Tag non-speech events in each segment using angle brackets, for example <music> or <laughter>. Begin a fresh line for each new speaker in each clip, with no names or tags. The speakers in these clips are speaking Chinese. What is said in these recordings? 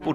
不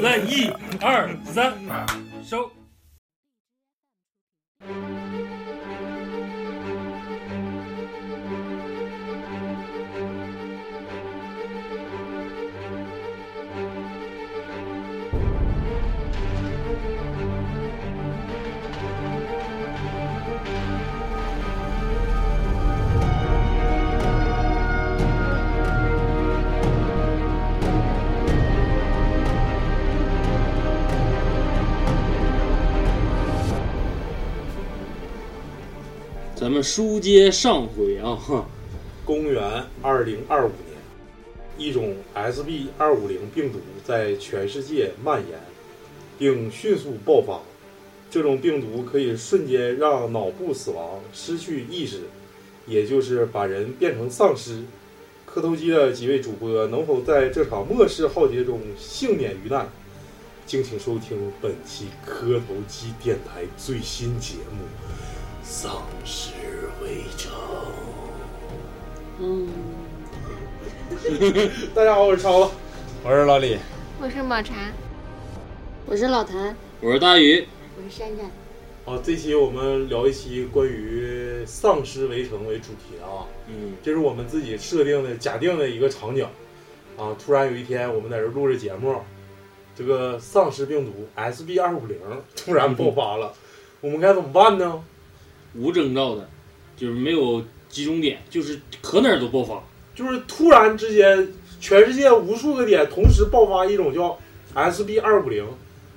来一二三，收。
咱们书接上回啊，哈
公元二零二五年，一种 SB 二五零病毒在全世界蔓延，并迅速爆发。这种病毒可以瞬间让脑部死亡、失去意识，也就是把人变成丧尸。磕头机的几位主播能否在这场末世浩劫中幸免于难？敬请收听本期磕头机电台最新节目《丧尸围城》。
嗯，
大家好，我是超子。
我是老李，
我是抹茶，
我是老谭，
我是大宇，
我是珊珊。
好，这期我们聊一期关于丧尸围城为主题的啊，
嗯，
这是我们自己设定的假定的一个场景啊。突然有一天，我们在这录着节目，这个丧尸病毒 SB 二五零突然爆发了，我们该怎么办呢？
无征兆的，就是没有集中点，就是可哪儿都爆发。
就是突然之间，全世界无数个点同时爆发一种叫 SB 二五零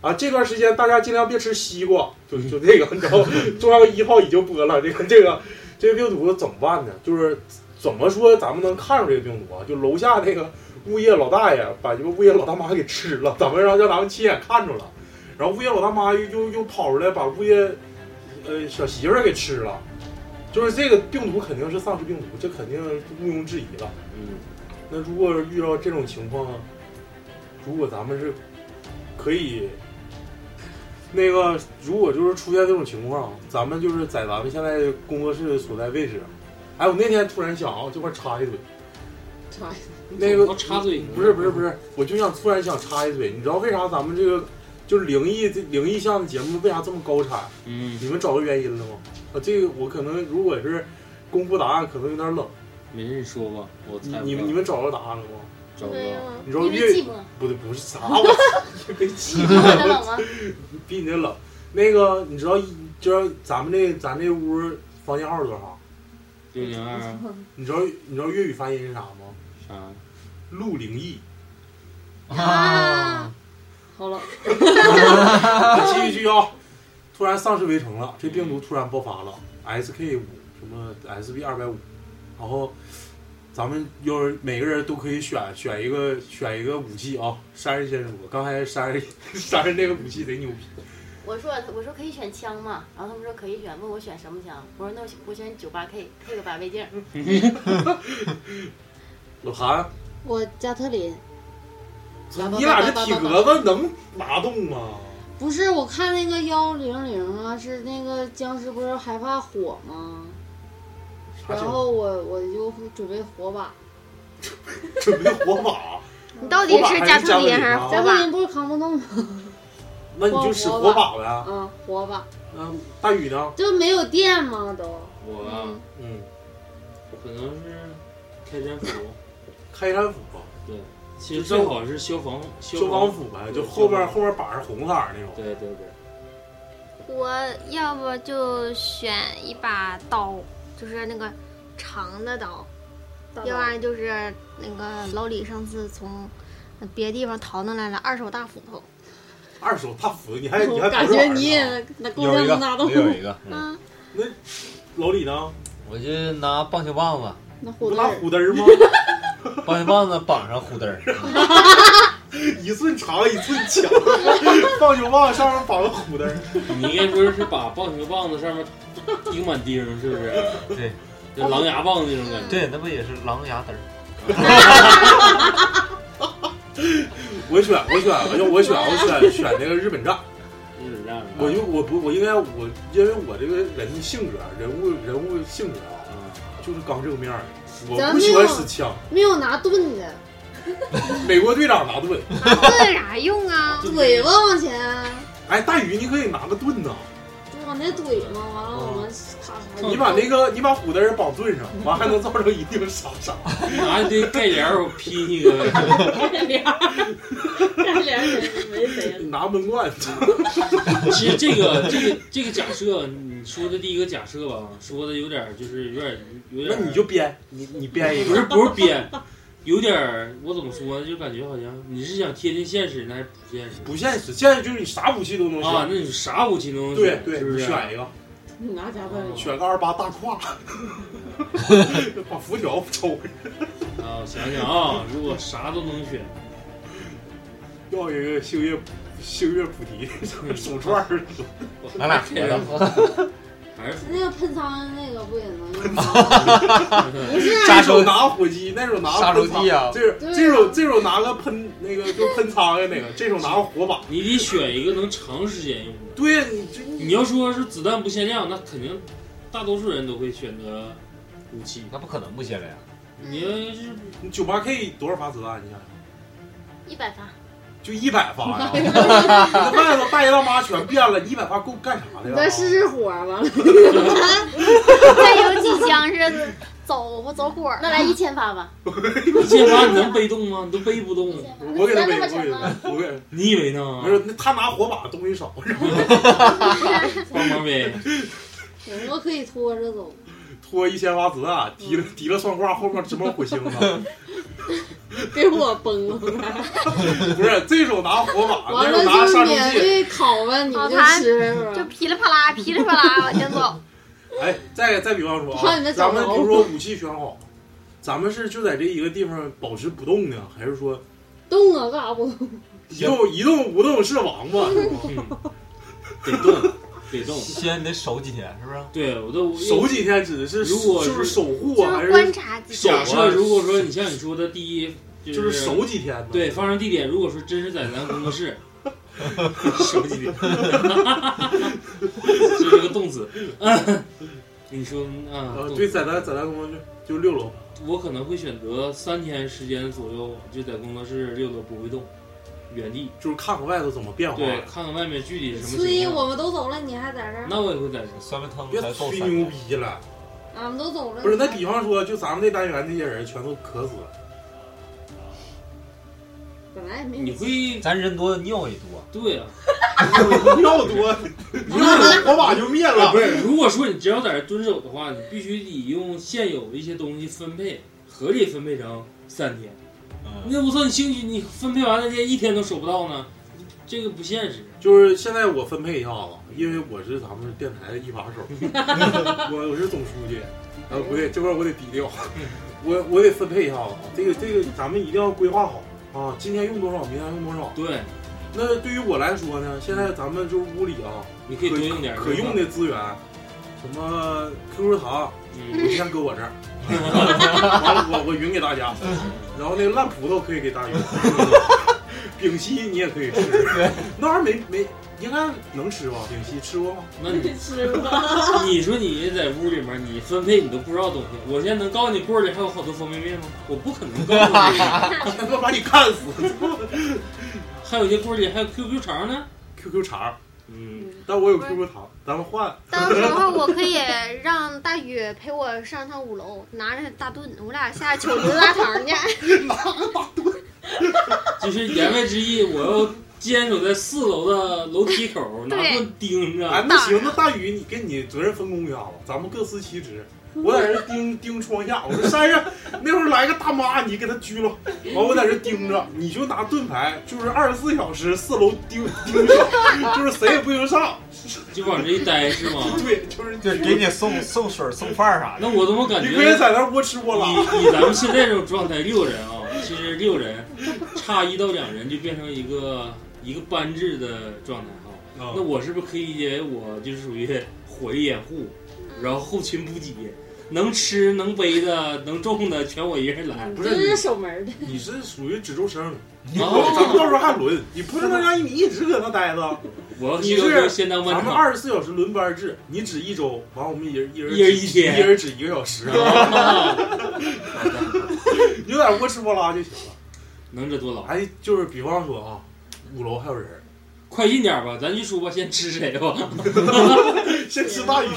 啊！这段时间大家尽量别吃西瓜，就就这个，你知道吗？中央一号已经播了，这个这个这个病毒怎么办呢？就是怎么说咱们能看出这个病毒啊？就楼下那个物业老大爷把这个物业老大妈给吃了，怎么让让咱们亲眼看着了？然后物业老大妈又又又跑出来把物业呃小媳妇儿给吃了。就是这个病毒肯定是丧尸病毒，这肯定毋庸置疑了。
嗯，
那如果遇到这种情况，啊如果咱们是可以，那个如果就是出现这种情况，咱们就是在咱们现在工作室所在位置。哎，我那天突然想啊，这块插一嘴，
插
那个
都插嘴，
不是不是不是，我就想突然想插一嘴，你知道为啥咱们这个就是灵异这灵异项的节目为啥这么高产？
嗯，
你们找到原因了吗？啊，这个我可能如果是公布答案，可能有点冷。
没事，你说吧，我
你
猜
你们你们找着答案了吗？
找不
对呀
到，
你知道
因
越
为寂
<laughs>
寞，
不对，不是啥，我被气
你看得冷吗？
比你这冷。那个，你知道，就是咱们这咱这屋房间号是多少？
六零二啊
你知道你知道粤语发音是啥吗？
<laughs>
啥？
陆灵异。
啊，
好了，
继续继续啊！突然丧尸围城了，这病毒突然爆发了，SK 五什么 SB 二百五，然后咱们要是每个人都可以选选一个选一个武器啊。山人先说，刚才山人山人这个武器贼牛逼，
我说我说可以选枪嘛，然后他们说可以选，问我选什么枪，我说那我选我选九八 K，配个八倍镜儿。
嗯
老韩，
我加特林。
你俩这体格子能拿动吗？
不是，我看那个幺零零啊，是那个僵尸不是害怕火吗？
啥
然
情况？
后我我就准备火把，
<laughs> 准备火把。
你到底是加特林还是
火
火
加特
把？
林不是扛不动吗？
那你就使火把呗。
嗯，火把
嗯，大宇呢？
就没有电吗？都
我啊，
嗯，
可能是开山
<laughs>
斧，
开山斧、
对，其实
就这
最好是消防
消防，斧呗，就后面后面板是红色儿那种。
对对对，
我要不就选一把刀，就是那个长的刀，要不然就是那个老李上次从别地方淘弄来的二手大斧头。
二手大斧，你还你还
我感
不
觉
是玩儿
你
呢
也那够呛能拿动。
个，
嗯，
老李呢？
我就拿棒球棒子，
那火
不
堆
<laughs> 拿
儿
虎嘚儿吗？
棒球棒子绑上虎嘚儿，
一寸长一寸强，棒球棒上面绑个虎灯。
<laughs> 你应该说是把棒球棒子上面钉满钉，是不是？
对，
就狼牙棒那种感觉。
对，那不也是狼牙嘚儿？
我选，我选，我要我选，我选选那个日本站。
日本站，
我就我不我应该我因为我这个人性格啊人物人物性格啊，就是刚正面儿，我
咱
不
没
喜
有
欢使枪。
没有拿盾
<laughs>
的，
美国队长拿盾，
这有啥用
<laughs>
啊？
怼吧往前，
哎，大宇你可以拿个盾呐，
往那怼嘛，完了我们咔咔。
你把那个你把虎灯绑盾上，完还能造成一定杀伤。
拿这盖帘儿我劈你个
这 <laughs> 俩人没谁了。
拿闷罐，
其实这个这个这个假设，你说的第一个假设吧，说的有点儿就是有点儿有点
那
儿，
你就编，你你编一
不是
个，
不是编，有点儿我怎么说呢？就感觉好像你是想贴近现实呢，还是不现实？
不现实。现在就是你啥武器都能
啊，
选，
那你啥武器都能
对
选
对，
是啊不
你
是？
选一个，
你拿啥办？
选个二八大 <laughs> 胯，把辐条抽开，
啊，我想想啊，如果啥都能选，
要一个星月星月菩提手串儿。
我
咱俩
这人
合着
还是
那个喷苍蝇那个不也能用吗？
这手拿火机，那手拿
杀手机啊
喷苍这这手这手拿个喷那个就喷苍蝇那个，这手拿个火把。
你得选一个能长时间用的。
对呀，你这
你要说是子弹不限量，那肯定大多数人都会选择武器。
那不可能不歇了呀！
你要是
你九八 K 多少发子弹？你想想，
<laughs> 一百发，
就一百发
<laughs>
呀！那外头大爷大妈全变了，一百发够干啥
你
的呀？
再试试火，完了
再有几枪是走不走火儿？
那来一千发吧。
你这把你能背动吗？你都背不动。
我给他背，
那么沉吗
我给他背，我给他背。
你以为呢
没？有，那他拿火把东西少，然后
帮忙呗。
我们可以拖着 <laughs> 走。
拖一千发子弹，提
嗯
了提了双挂，后面直冒火星子。
给我崩
<laughs>
了，
不是，这手拿火把，
完
那
了
手拿
就
杀虫
免
剂。
费拷问你们就吃是
就
吧？
噼里啪啦噼里啪啦 <laughs> 往前走。
哎，再再比方说
怕
啊
你那，
咱们
小毛
比如说武器选好，咱们是就在这一个地方保持不动呢，还是说
动啊，干啥不动？
一动一动不动是王八？是吧
嗯，得动，得动。
歇你得守几天，是不是？
对，我都
守几天指的是
如果
就是是守护
就
啊，还
是观
是
察几下，
假设，啊如果说你像你说的第一，就
就是守几天呢？
对，发生地点，如果说真是在咱工作
<laughs>
室，手机里，这 <laughs> 是个动词。 <laughs> 你说啊，
呃，
动
对，
词
在咱在咱公司就六楼，
我可能会选择三天时间左右，就在工作室溜达不会动，原地，
就是看看外头怎么变化。
对，看看外面具体是什么
所以
情况。
我们都走了，你还在这儿？
那我也会在这。
酸梅汤
别
才够
吹
三
牛
天。
逼了，
俺们都走了。
不是？
你还
那比方说，就咱们这单元那些人全都渴死了，
本来也没
你会
咱人多尿也多，
对
<laughs>
啊，
尿
<laughs>
多，一会火把就灭了
不。是，如果说你只要在这蹲守的话，你必须得用现有的一些东西分配，合理分配成三天。
嗯，
那不算你兴许你分配完那天一天都守不到呢，这个不现实。
就是现在我分配一下子，因为我是咱们电台的一把
<laughs>
手，我我是总书记，啊不对，这块儿我得低调，我我得分配一下子，这个这个咱们一定要规划好啊，今天用多少，明天用多少。
对，
那对于我来说呢，现在咱们就是屋里啊，
你可
可
以多用点儿
可用，的资源，什么 QQ
<laughs>
糖，
嗯
你先搁我这儿， <laughs> 完了我我匀给大家，
嗯
然后那烂葡萄可以给大家，
<laughs>
丙烯你也可以吃，那玩意儿没没应该能吃吧？丙烯吃
<laughs>
过吗？
那你
吃吧。
<laughs> 你说你在屋里面，你分配你都不知道东西。我现在能告诉你柜里还有好多方便面吗？我不可能告诉你。
他妈把你干死
还有些柜里还有 QQ 肠呢。
！QQ 肠，
嗯，
但我有 QQ 糖，咱们换。
到时候我可以让大宇陪我上趟五楼，拿着大盾，我俩下去求牛大肠去。
就是言外之意，我要坚守在四楼的楼梯口，拿棍钉
哎
嗯
着，，
那行，那大宇，你跟你责任分工一下子，咱们各司其职。我在这盯 <laughs> 盯窗下，我说山上 <laughs> 那会儿来个大妈，你给她拘了，完我在这盯着，你就拿盾牌，就是二十四小时四楼盯 <laughs> 盯着，就是谁也不行上。
就往这一待是吗？
<laughs> 对，就是
就是啊给你送送水、送饭啥的。
那我怎么感
你
觉
可以在那儿窝吃窝拉。
以以咱们现在这种状态六人啊，其实六人差一到两人就变成一个一个班制的状态哈、
啊
那我是不是可以理解为我就是属于火力掩护，
嗯
然后后勤补给，能吃能背的能种的全我一人来？
嗯
不是你
守门的，
你是属于只周生，你
哦
咱们到时候还轮，你不是能让你一直搁那待着。
我要
你
去欧洲
是
先当班
咱
长
们二十四小时轮班制，你只一周，完我们一人一人
一人
只
一天
一人只一个小时， <laughs> 有点窝吃窝拉就行了。
能者多劳。
哎，就是比方说啊，五楼还有人，
快进点吧，咱就说吧，先吃谁
<laughs>
吧？
先吃大鱼，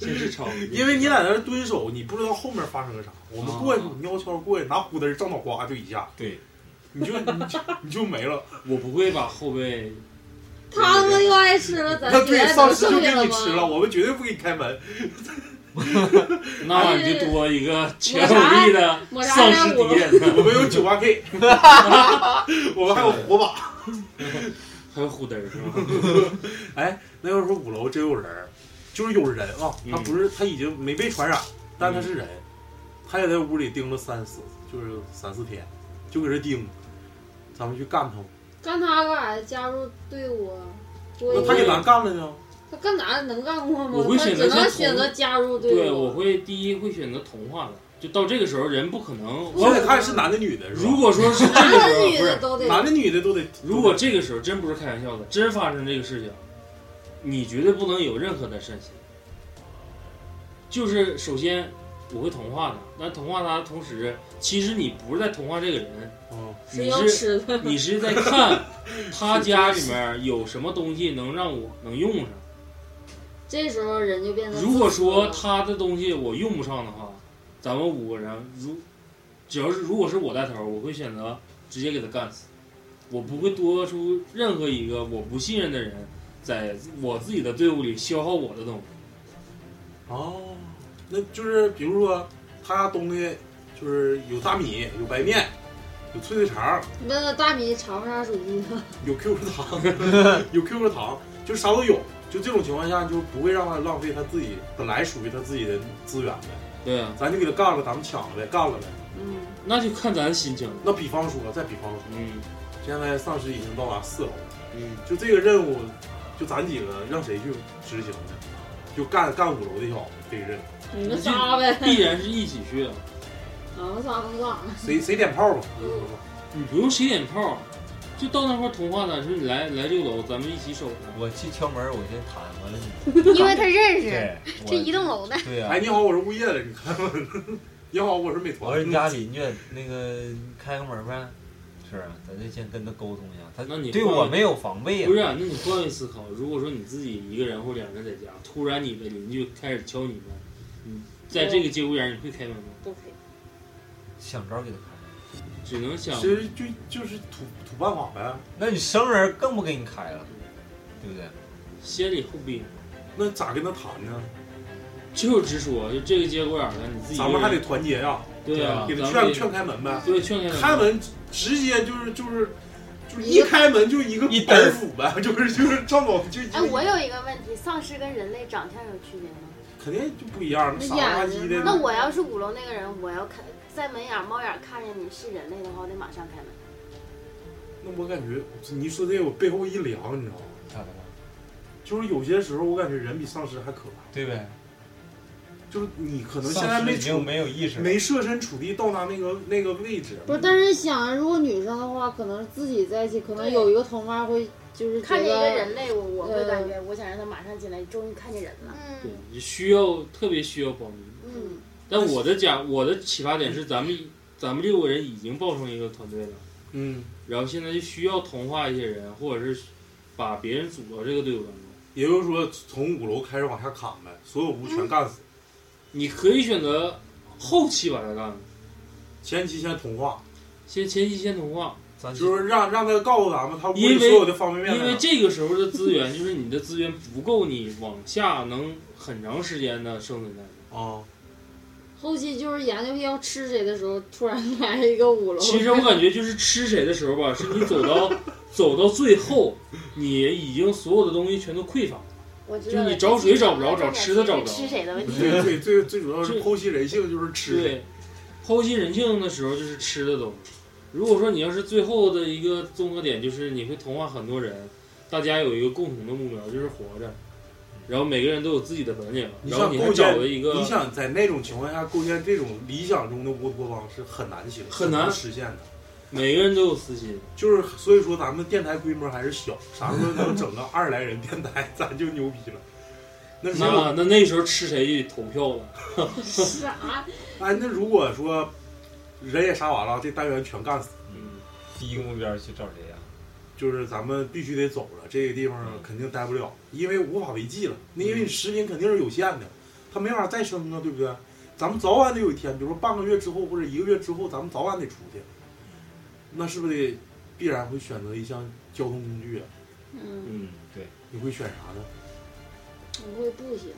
先吃超鱼。
<laughs> 因为你在那儿蹲守，你不知道后面发生了啥。我们过去，你悄悄过去，拿胡子儿照脑瓜就一下，
对，
你就你就你就没了。
我不会把后背
他们又爱吃了，咱
那
别
对，
的
丧
都
尸
剩
就
下
给
了
你吃了，
吗？
我们绝对不给你开门。
啊
那你就多一个全有力的
抹茶抹
丧尸
茶让我 <laughs>
敌人，
我们有九八 <laughs> K，我们还有火把，
还有虎嘚儿是吧？
哎，那要是说五楼真有人儿，就是有人啊，他不是他已经没被传染，但他是人，他也在屋里盯了三四，就是三四天，就搁这盯，咱们去干他。
干他干啥呀？加入队伍啊？我
那他给咱干了呢？
他干咱能干过吗
我？会
他
选择
只
先
能
投
选择加
<laughs>
入
对，
队
我
伍。
会第一会选择同化的，就到这个时候人不可能。
我得看是男的女的，是吧
如果说是这
男
个时
<laughs> 的
候
女
不
的
是，
都得，
男的女的都得，
如果这个时候真不是开玩笑的，真发生这个事情，你绝对不能有任何的善心。就是首先我会同化他，但同化他的同时，其实你不是在同化这个人，
嗯
谁
你
要
是
吃的？
你是在看他家里面有什么东西能让我能用上。
这时候人就变得自私了。
如果说他的东西我用不上的话，咱们五个人如只要是如果是我带头，我会选择直接给他干死，我不会多出任何一个我不信任的人在我自己的队伍里消耗我的东西。
哦，那就是比如说他家东西就是有大米，有白面，有脆脆肠，
你问问大米查不查手机
<laughs>
呢？
有 QQ 糖，有 QQ 糖，就啥都有。就这种情况下，就不会让他浪费他自己本来属于他自己的资源呗。
对啊，
咱就给他干了，咱们抢了呗，干了呗。
嗯，
那就看咱心情了。
那比方说，再比方说，
嗯
现在丧尸已经到达四楼了，
嗯，
就这个任务，就咱几个让谁去执行呢？就干干五楼的小子这个任务，
你们仨呗，
必然是一起去啊，
俺们仨能干啥？
谁谁点炮吧。
你不用谁点炮，就到那块儿同化他，说你来来六楼，咱们一起守着。
<laughs> 我去敲门，我先谈完了你。
因为他认识
对，
<laughs> 这
我
一栋楼的，
对呀、
哎，你好，我是物业的，你看吗？ <laughs> 你好，我是美团。
我说你家邻居那个开个门呗，是啊，咱就先跟他沟通一下，他
那你
对
换
我没有防备
不是
呀、
啊、那你换位思考，如果说你自己一个人或两个人在家，突然你的邻居开始敲你门，你在这个节骨眼儿你会开门吗？
不赔。
想招给他开。
只能想
其实就就是土土办法呗。
那你生人更不给你开了，对不对？
先礼后兵，
那咋跟他谈呢？
就是直说，就这个节骨眼儿了，你自己一个
咱
人
们还得团结呀，
对啊，
给他
咱
劝
们
劝开门呗。
对劝开他
开门直接就是就是就是一开门就一个
一
板斧呗，就是就是张宝就
哎，
就
我有一个问题，丧尸跟人类长相有区别吗？
肯定就不一样，
那
傻不拉几
眼
的
睛。
那我要是五楼那个人，我要看在门眼儿猫眼儿看见你是人类的话，我得马上开门。
那我感觉你一说这个，我背后一凉，你知道吗？
咋的了？
就是有些时候我感觉人比丧尸还可怕，
对呗，
就是你可能现在
丧尸
没
已
处
经没有意识了。
没设身处地到达那个那个位置，
不是，但是想，如果女生的话，可能自己在一起，可能有一个同伴会就是觉
看见一个
得嗯
人类，我我会感觉我想让他马上进来，终于看见人了。
对
嗯，，
你需要特别需要保密。
嗯，
但我的讲，我的启发点是咱们咱们六个人已经抱成一个团队了，
嗯，
然后现在就需要同化一些人，或者是把别人组到这个队伍当中。
也就是说从五楼开始往下砍呗，所有屋全干死，
你可以选择后期把它干了，
前期先同化，
先前期先同化，
咱
就是让让他告诉咱们他屋
嗯因
里
为
所有的方便面在
因
哪
为这个时候的资源就是你的资源不够，你往下能很长时间的生存下去。
啊，
后期就是研究要吃谁的时候，突然来一个五楼。
其
<laughs>
实我感觉就是吃谁的时候吧，是你走到走到最后，你已经所有的东西全都匮乏了。
我知道
就
了。
你找水找不着找吃的找不着
吃谁的问题？
对对，最最主要是剖析人性，就是吃。
对，剖析人性的时候就是吃的东西，如果说你要是最后的一个综合点，就是你会同化很多人，大家有一个共同的目标，就是活着，然后每个人都有自己的本领，
你
然后
想
你
构
还找
建
了一个，
你想在那种情况下构建这种理想中的乌托邦是很难形
很难
实现的。
每个人都有私心，
就是所以说咱们电台规模还是小，啥时候能整个二十来人电台， <laughs> 咱就牛逼了。那如
那
果
那那时候吃谁投票了？啊
啥？
哎，那如果说人也杀完了，这单元全干死，
嗯，
第一个目标去找谁呀？
就是咱们必须得走了，这个地方肯定待不了，因为无法为继了。那因为你食品肯定是有限的，它没法再生啊，对不对？咱们早晚得有一天，比如说半个月之后或者一个月之后，咱们早晚得出去，那是不是得必然会选择一项交通工具啊？
嗯，
嗯，
对，
你会选啥呢？
不会步行，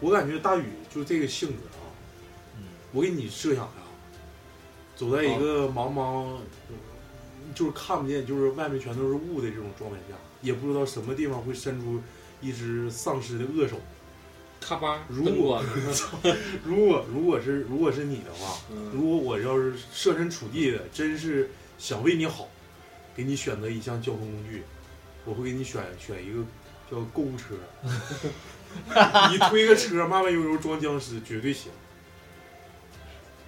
我感觉大宇就这个性格啊，我给你设想呀，走在一个茫茫，就是看不见，就是外面全都是雾的这种状态下，也不知道什么地方会伸出一只丧尸的恶手。
咔吧，
如
灯
果
关了
如果如果是如果是你的话，
嗯
如果我要是设身处地的，真是想为你好，给你选择一项交通工具，我会给你选选一个叫购物车。你推个车慢慢悠悠装僵尸，绝对行。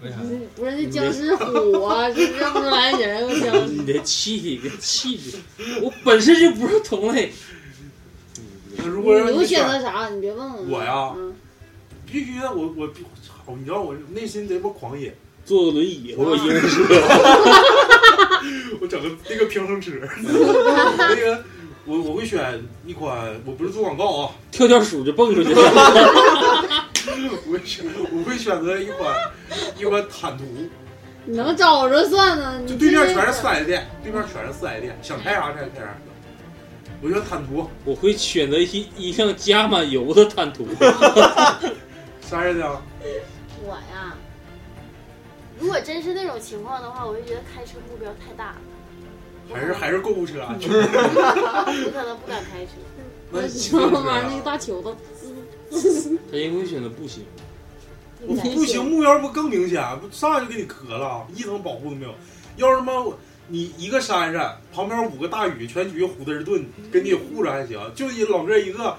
为啥？
不是那僵尸虎啊，这认不出来人啊，僵尸。
你的气体跟气质，我本身就不是同类。
那如
你
果让
会
你
选择啥？你别问我。
我呀
嗯，
必须的，我我必操，你知道我内心贼不狂野，
坐个轮椅，我有婴儿车，
<laughs> 我整个那个平衡车， <laughs> 那个我我会选一款，我不是做广告啊， <laughs>
跳跳鼠就蹦出去了。 <laughs>
我会选我会选择一款一款坦途，
你能找着算呢？你
就对面
这
全是四 S 店，对面全是四 S 店，想开啥开开啥。我选坦途，
我会选择一一辆加满油的坦途，
三十辆，
我呀，如果真是那种情况的话，我就觉得开车目标太大了，我
还是还是购物车
<laughs>
安全。
我可能不敢开车。
那你
知道吗？那个
啊
大球子，
他应该会选择步行。
我不行，目标不更明显，不上来就给你磕了，啊一层保护都没有。要是妈我你一个珊珊旁边五个大宇全举虎子盾跟你护着还行，就你老哥一个，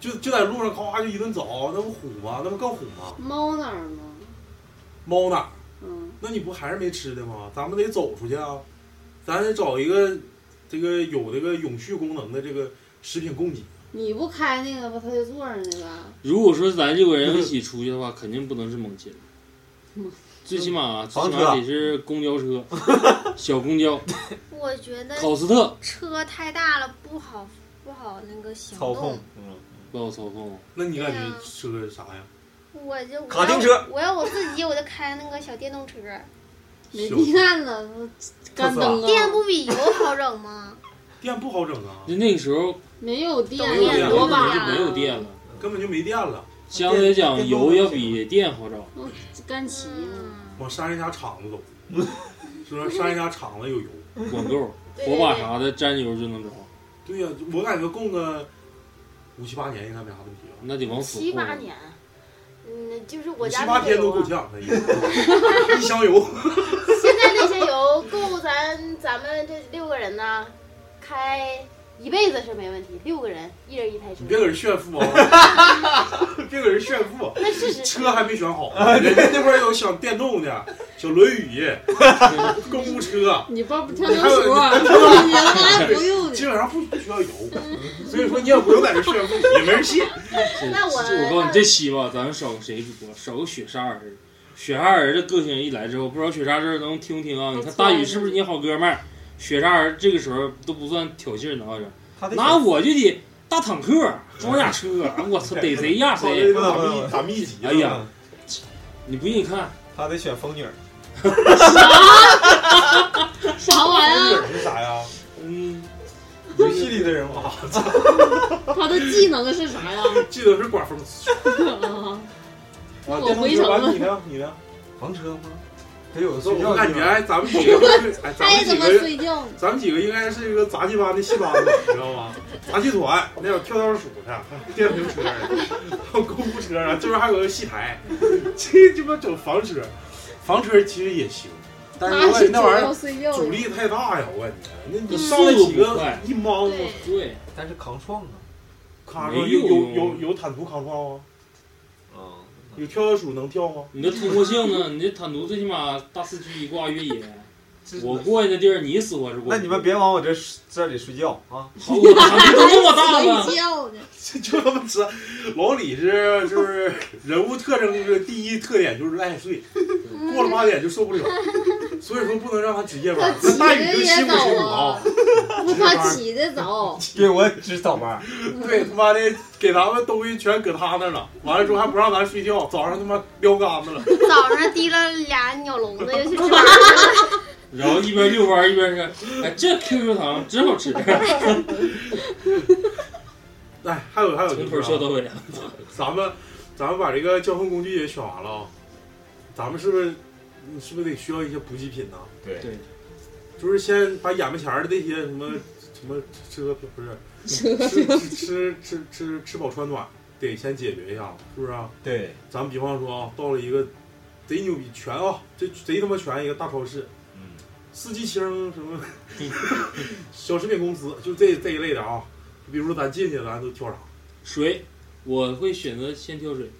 就就在路上咔就一顿找，那不虎吗？那不更虎吗？
猫哪儿呢？
猫哪儿？
嗯，
那你不还是没吃的吗？咱们得走出去啊，咱得找一个这个有这个永续功能的这个食品供给。
你不开那个吧，他就坐上去了。
如果说咱六个人一起出去的话，肯定不能是猛禽
嗯，
最起码最
房
起
车
码得是公交车，小公交，
我觉得
考斯特
车太大了不好不好那个行
操控
动。，
嗯，
不好操控。
那你感觉
对啊
吃个啥呀？
我就
卡丁车，
我要我要我自己我就开那个小电动车，
没
小
电了，干灯啊！
电不比油好整吗？
电不好整啊，
那那个时候
没有电，
没有电
多
根
把
本就没有电了，
根本就没电了。
相对来讲油要比电好找。
干齐了。
嗯，
往山人家厂子走，是不是？山人家厂子有油。
嗯
管
<laughs>
够，火把啥的沾油就能着，
对呀、我感觉供个五七八年应该没啥问题吧。
那得往死
七
混
八。年，嗯，就是
五
我
七
家
八
那个
天都
油
够
啊，
呛，那一 <laughs> 一箱油。
现在那些油够咱咱们这六个人呢，开一辈子是没问题。六个人，一人一台车
你，别搁这炫富
<laughs>
啊！别搁这炫富，
那事实
车还没选好，人家那边有想电动的，小轮椅、购物车，
你爸不跳跳鼠，你还啊不用
基本上不不需要油，所以说你也不用在这炫富，也没
<laughs>
人信。
这
那我
这我告诉你，这期吧，咱们少个谁主播，少个雪莎儿。雪莎儿这个性一来之后，不知道雪莎这儿能听不听啊？你看大宇是不是你好哥们儿？雪莎儿这个时候都不算挑衅呢，好像
他得
那我就得大坦克装甲车，哎我操，逮谁
<laughs>
压
操
谁。
打密打密集，
哎
嗯
呀，你不信你看，
他得选疯女儿，
啥玩意儿？啊
是啥呀？
嗯，
游戏里的人物，
他的技能是啥
<laughs>
呀？
记得是刮风。
啊，
啊，
我
电动
回
车
城
完
了
你呢？你呢？
房车吗？得有个
所
睡
以
觉
我
的地
感觉哎
方
咱们
<laughs>
几个就是，哎，咱
还
们
怎
几
么
个
睡觉？
咱们几个应该是一个杂技班的戏班子，你知道吗？杂技团，那有跳跳鼠的、电瓶车的、还有购物车啊，这边还有个戏台，这鸡巴整房车，房车其实也行，但是我感觉那玩意
那是主要睡觉
儿
的
阻力太大呀，我感觉那你
嗯
上来几
速度不
个
快
一莽，
对，
但是扛创啊，
咔
没
有
用
有有有坦途扛炮啊，
嗯
有跳跃鼠能跳吗？
你的突破性呢？你这坦途最起码大四驱一挂越野，我过去的地儿你死活是过不去。
那你们别往我这这里睡觉啊！
好
<laughs>
我坦途都这么大了，
睡觉呢，
<laughs> 就他妈吃。老李是就是人物特征就是第一特点就是爱睡，过了八点就受不了，所以说不能让他值夜班。那大宇就辛苦辛苦啊，
我他起得早，
<laughs> 对我只早班，
对他妈的给咱们东西全搁他那了，完了之后还不让咱睡觉，早上他妈撩杆子了。
早上提了俩鸟笼
<laughs>
子就去抓，
然后一边遛弯儿一边是，哎，这 QQ 糖真好吃。
哎，还有还有
从
就
头
是
笑
啊、
到尾，
咱们咱们把这个交通工具也选完了啊，咱们是不是你是不是得需要一些补给品呢？
对，
对，
就是先把眼巴前儿的这些什么什么车不是吃吃吃吃吃饱穿暖得先解决一下，是不是、啊？
对，
咱们比方说啊，到了一个贼牛逼全啊，这贼他妈全一个大超市，
嗯，
四季青什么 <laughs> 小食品公司，就这这一类的啊。比如说咱进去，咱都挑啥？
水，我会选择先挑水，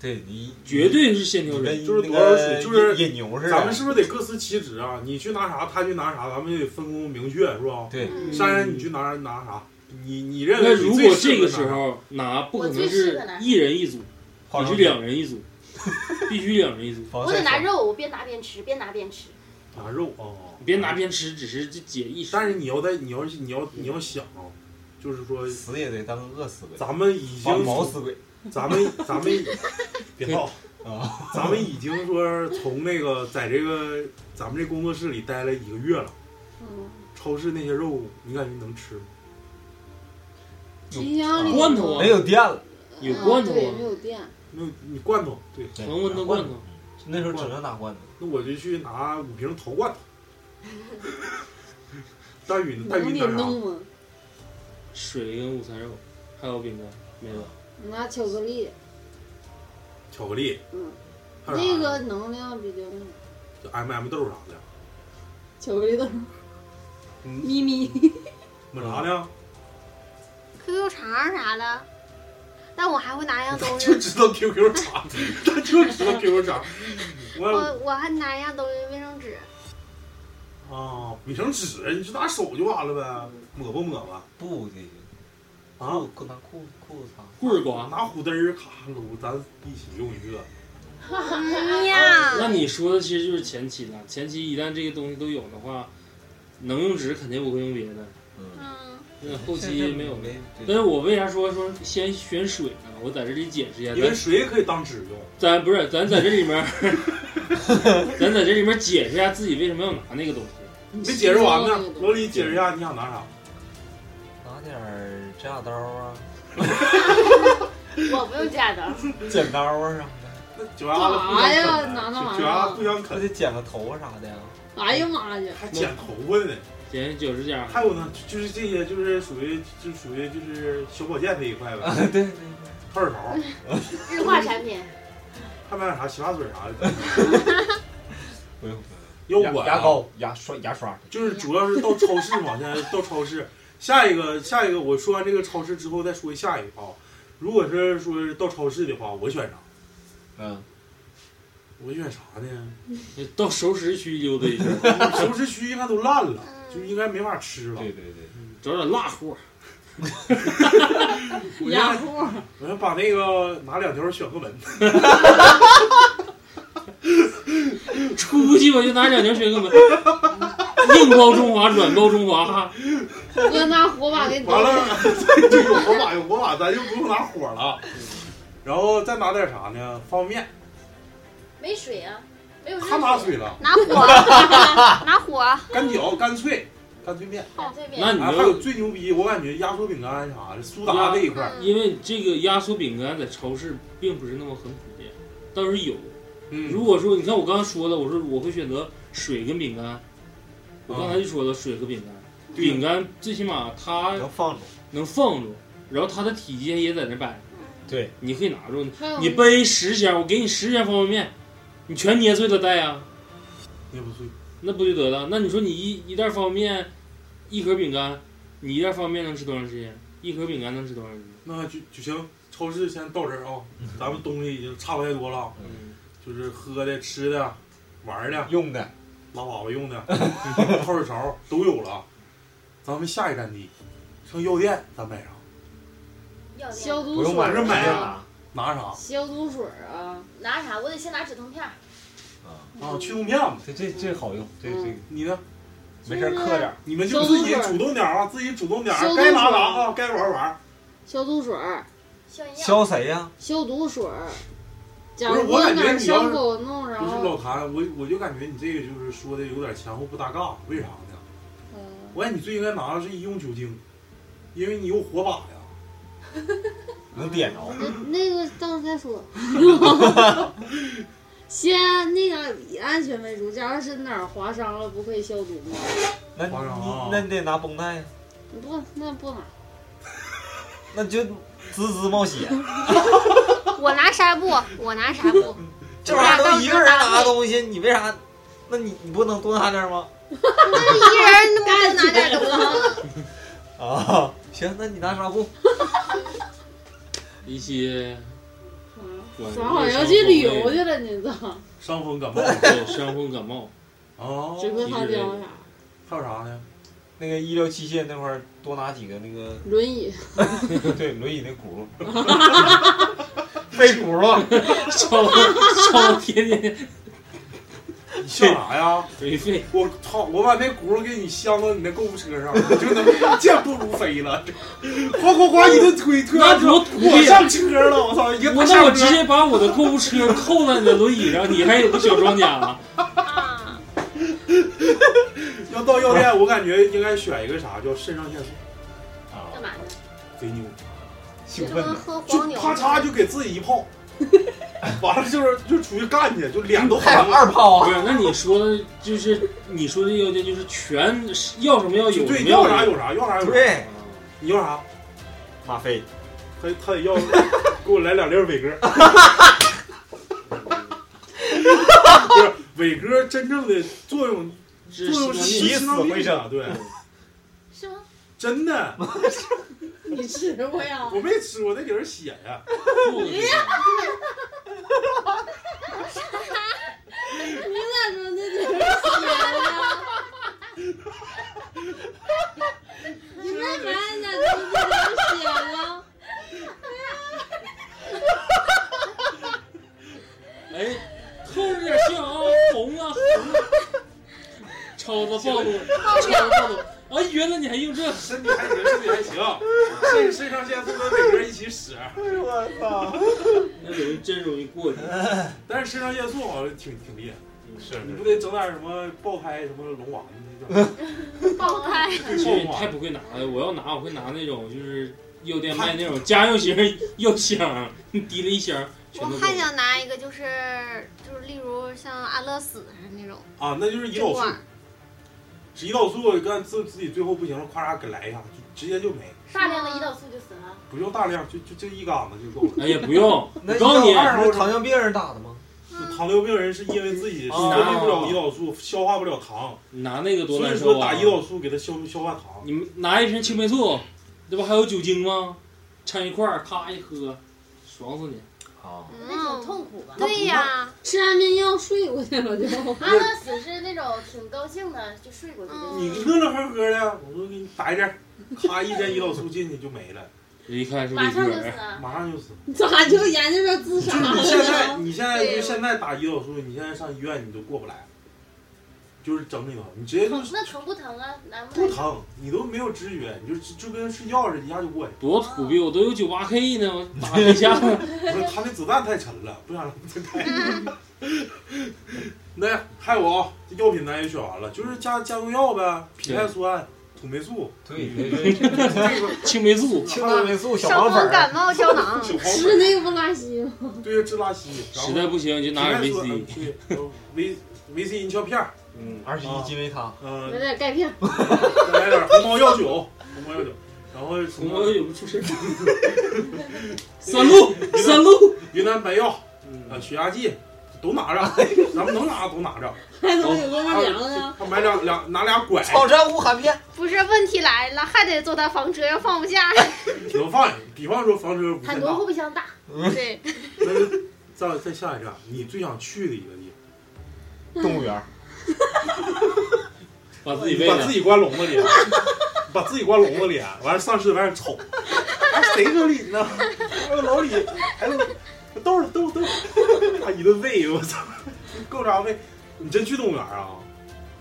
对你
绝对是先挑
你
水。
跟
就是
那
多少
个
水就是
野牛似的，
咱们是不是得各司其职啊？你去拿啥，他去拿啥，咱们就得分工明确，是吧？
对
嗯
珊珊，你去拿拿啥？你你认为
那
你
如
最
果
适
这
合
个
拿
时
啥
候拿，不可
我最
能
适
是
合拿
一人一组，
化
必
妆
须两人一组，必须两人一组。
防
我得
晒
拿
霜
肉，我边拿边吃，边拿边吃。
拿肉啊，
别拿边吃，只是这解意识。
但是你要在你要你要你要想啊，就是说
死也得当个饿死鬼，
咱们已
防
经
毛死鬼
咱们咱们别闹，
啊！
咱们已经说从那个在这个咱们这工作室里待了一个月了，
嗯
超市那些肉你感觉能吃吗？
冰箱里
罐头啊
没，有电了，
有
嗯
罐头
对，没
啊，
有电，
那你罐头对，
常温的罐头，
那时候只能拿罐头，
那我就去拿五瓶
<laughs>
头罐头。大宇呢？大
能给
宇你拿啥
弄？吗？
水跟午餐肉，还有饼干，没了。
拿巧克力，
巧克力，
嗯，
还有啥呀
那个能量比较那个，
就 M M 豆啥的，
巧克力豆，
嗯，
咪咪，
抹啥呢？
QQ 肠啥的。但我还会拿一样东
<laughs> 就
西，
知道 QQ 茶，他就知道 QQ 茶。我
呃
我我还拿一样东西，卫生纸。
啊，卫生纸，你就拿手就完了呗，抹吧抹吧，
布的
啊，
裤拿裤裤子擦。
棍儿刮。
拿虎嘚儿咔撸，咱一起用一个。
嗯
那
啊
呀，
你说的其实就是前期了，前期一旦这个东西都有的话，能用纸肯定不会用别的，
嗯，
嗯，
那后期没有了。
没，
但是我为啥说说先选水呢？我在这里解释一下，
因为
咱
水也可以当纸用，
咱不是咱在这里面， <laughs> 咱在这里面解释一下自己为什么要拿那个东西。
没解释完
你
呢
知道那个。东西
老李解释一下，你想拿啥？
拿点儿指甲刀啊、
我不用这样的，
剪刀啊啥的，
那脚丫子
干
互
啥
相
呀？
啃
拿那
呗，
玩意
脚丫
儿
子互相
还
啃，
得剪个头发啥的呀。
哎呀妈呀！
还剪头发呢。
捡九十家，
还有呢，就是这些，就是属于就属于就是小保健这一块呗，
<laughs> 对对，
泡水勺，
日化产品，
还买点啥洗发水啥的。
<laughs> 不用。
要
牙
我啊呀
牙膏、牙刷、牙刷，
就是主要是到超市嘛，现在到超市。下一个，下一个，我说完这个超市之后再说下一个啊。如果是说是到超市的话，我选啥？
嗯，
我选啥呢？
到熟食区溜达一下，
熟食区应该都烂了，就应该没法吃了。
对对对，
找点辣货。
我
雅
先
虎，
我先把那个拿两条选个门，
出去我就拿两条学
<laughs>
个门，硬包中华，软包中华，
我拿火把给你
完了就有火把，有火把，咱就不用拿火了。然后再拿点啥呢？方便面，
没水啊，没有热
他拿水
水。
了，
拿火，拿火，
干饺、干脆、干脆面。
干脆面
那你
啊，还有
就
最牛逼，我感觉压缩饼干啥的，苏打这一块儿，
嗯
因为这个压缩饼干在超市并不是那么很普遍，倒是有。
嗯，
如果说你看我刚刚说的，我说我会选择水跟饼干，我刚才就说了水和饼干，
啊对
饼干最起码它
能放住。
能放住，然后它的体积也在那摆着，
对，
你可以拿住。
还有
你背十箱，我给你十箱方便面，你全捏碎了带呀、
也不碎。
啊那不就得了？那你说你一一袋方便面，一盒饼干，你一袋方便面能吃多长时间？一盒饼干能吃多长时间？
那就就行，超市先到这儿啊、咱们东西已经差不太多了啊，
嗯
就是喝的、吃的、玩的、用的，拉粑粑用的，泡水槽都有了。咱们下一站地，上药店咱买啥？
消毒
不用
水
买，
儿
这买
啊，
拿啥？
消毒水儿啊，
拿啥？我得先拿止痛片儿。
啊，驱虫片嘛，
这这这好用，这
嗯
这个
你呢？
没事儿嗑点儿。
你们就自己主动点儿啊，自己主动点
消
儿，
毒
该拿
水
拿啊，该玩玩。
消毒水儿、
消
嗯
炎
消谁呀？
消毒水儿。假
不是
如
我感觉
哪儿
你要
伤
是
口弄
不是
着，
老谭，我我就感觉你这个就是说的有点前后不搭嘎，为啥呢？
嗯，
我感觉你最应该拿的是医用酒精，因为你有火把呀。
能点着？
嗯
那那个到时候再说。先那个以安全为主，假如是哪儿划伤了，不可以消毒吗？
那
花生啊
你那你得拿绷带呀，
不，那不拿。
那你就滋滋冒血。
<laughs> 我拿纱布，我拿纱布，
<laughs> 这玩意儿都一个人拿东西，你为啥？那你你不能多拿点儿吗？
一人那么多拿点儿了。
啊， <laughs> 行，那你拿纱布。
一些管
嗯咱好像去旅游去了，你知道？
伤风
<laughs>
感冒
对伤风感冒，
哦，
直播他教啥？
还有啥呢？
那个医疗器械那块儿多拿几个那个， <laughs>
轮椅，
对，轮椅那轱辘， <laughs> 废轱辘， <laughs>
烧烧天天
你笑啥呀？
颓废。
我操！我把那轱辘给你镶到你那购物车上，你就能健步如飞了。哗哗哗一顿推，推完之后
那多土
我
呀
上车了，我操！一个
我
大
那我
上
直
车，
接把我的购物车扣在你的轮椅上，你还有个小装甲了。
啊，
要到药店，我感觉应该选一个啥叫肾上腺素，
干嘛呢？
贼牛，
兴
就
奋
跟
的。
喝
就
黄牛。
咔嚓就给自己
<laughs>
一炮，完了就是就出去干去，就脸都
还
红
有
了。
二炮
不是，
啊！
那你说的就是你说的要件就是全要什么要有啊什
对，
么
要
啥
啥有啥，要啥有啥。
对，
你要啥？
吗啡，
他他得要，给我来两粒儿伟哥。不是伟哥真正的作用
这
作用
是
是
起
心
死
脏
回
病啊，
生
对，
是吗？
真的，
你吃过 <laughs> 呀？
我没吃过，那里边血呀，
做的
你咋说那里边血呀？你为啥你咋说那里边血呀？
哎，透着点像啊，红啊，红啊，超子暴露，超子暴露。啊，原来你还用这？
身体还行，身体还 <laughs> 行，肾肾上腺素跟伟哥一起使，
哎我操！ <laughs>
那容易真容易过去。
<laughs> 但是肾上腺素好像挺挺厉害，
是
你不得整点什么爆拍什么龙王那 <laughs> 叫
爆开，
其实你
爆
太
花，
不会拿了，我要拿我会拿那种就是药店卖那种家用型药 <laughs> 箱，你提了一箱全
我
都够
还。想拿一个，就是就是例如像安乐死似的那种
啊，那就是胰
这
岛素
罐，儿，
胰岛素干自自己最后不行了，咵嚓给来一下，就直接就没，
大量的胰岛素就死了。
不用大量，就就就一杆子就够了。
哎呀，不
<laughs>
用，
那
我告诉你，
二不是糖尿病人打的吗？
就糖尿病人是因为自己分
啊
泌不了胰岛素，消化不了糖，
你拿那个多
所以
难
说
受啊
打！胰岛素给他消消化糖。
你们拿一瓶青霉素，这不还有酒精吗？掺一块儿，咔一喝，爽死你！
啊，
那挺
嗯，
痛苦吧？
对啊呀，
吃安眠药睡过去了就。
安乐死是那种挺高兴的，就睡过去就
你
行。
乐乐呵呵的，我说给你打一针，咔一针胰岛素进去就没了，
我一
嗯
看是
马
魏
上
哥
就死
儿，
了。
马上就死。
你咋就研究着自杀
就是你
了
现
呢？
在，你现在
对
就现在打胰岛素，你现在上医院你都过不来，就是整你头，你直接就
疼那疼不疼啊？难不
不
难？
疼，你都没有知觉，你就就跟睡觉似的，一下就过去。
多土逼！我都有九八 K
<laughs>
呢，我打一下子。
我说他那子弹太沉了，不想让他开。那还有啊，这药品咱也选完了，就是加加农药呗，皮肽酸、土霉素，
对对 <laughs> 对，
青霉素，
青色霉素、小
伤
黄粉
风
儿，
感冒胶囊，
小黄
吃
粉，
那个不拉稀吗？
对，治拉稀，然后
实在不行就
皮
拿点
肽酸，
VC
嗯。 <laughs> 对，然后维维 C 银翘片儿，
嗯，
二十一金维他，
嗯
来，点钙
<laughs>
片，
再来点红毛药酒，红毛药酒，然后什
红包
么
有不出事儿。三鹿，三鹿，
云南白药，
嗯
啊，血压计，都拿着，咱们能拿都拿着。
还能有个拿两个呢？
他买两两拿俩拐，
草山无喊遍，
不是问题来了，还得坐他房车，要放不下。
能放下。比方说房车无限
很多
大
后，
<laughs>
备箱大，
对，
那就再再下一站，你最想去的一个地
动物园，
<laughs> 把自己
方，
喂
把
了
自。己关笼子 <laughs> 里，啊把自己关笼子里，啊完了上市在那瞅，哎，
<laughs>
谁说理呢？哎呦老李，哎呦，逗了逗了逗了，他一顿喂，我操，够啥喂？你真去动物园啊？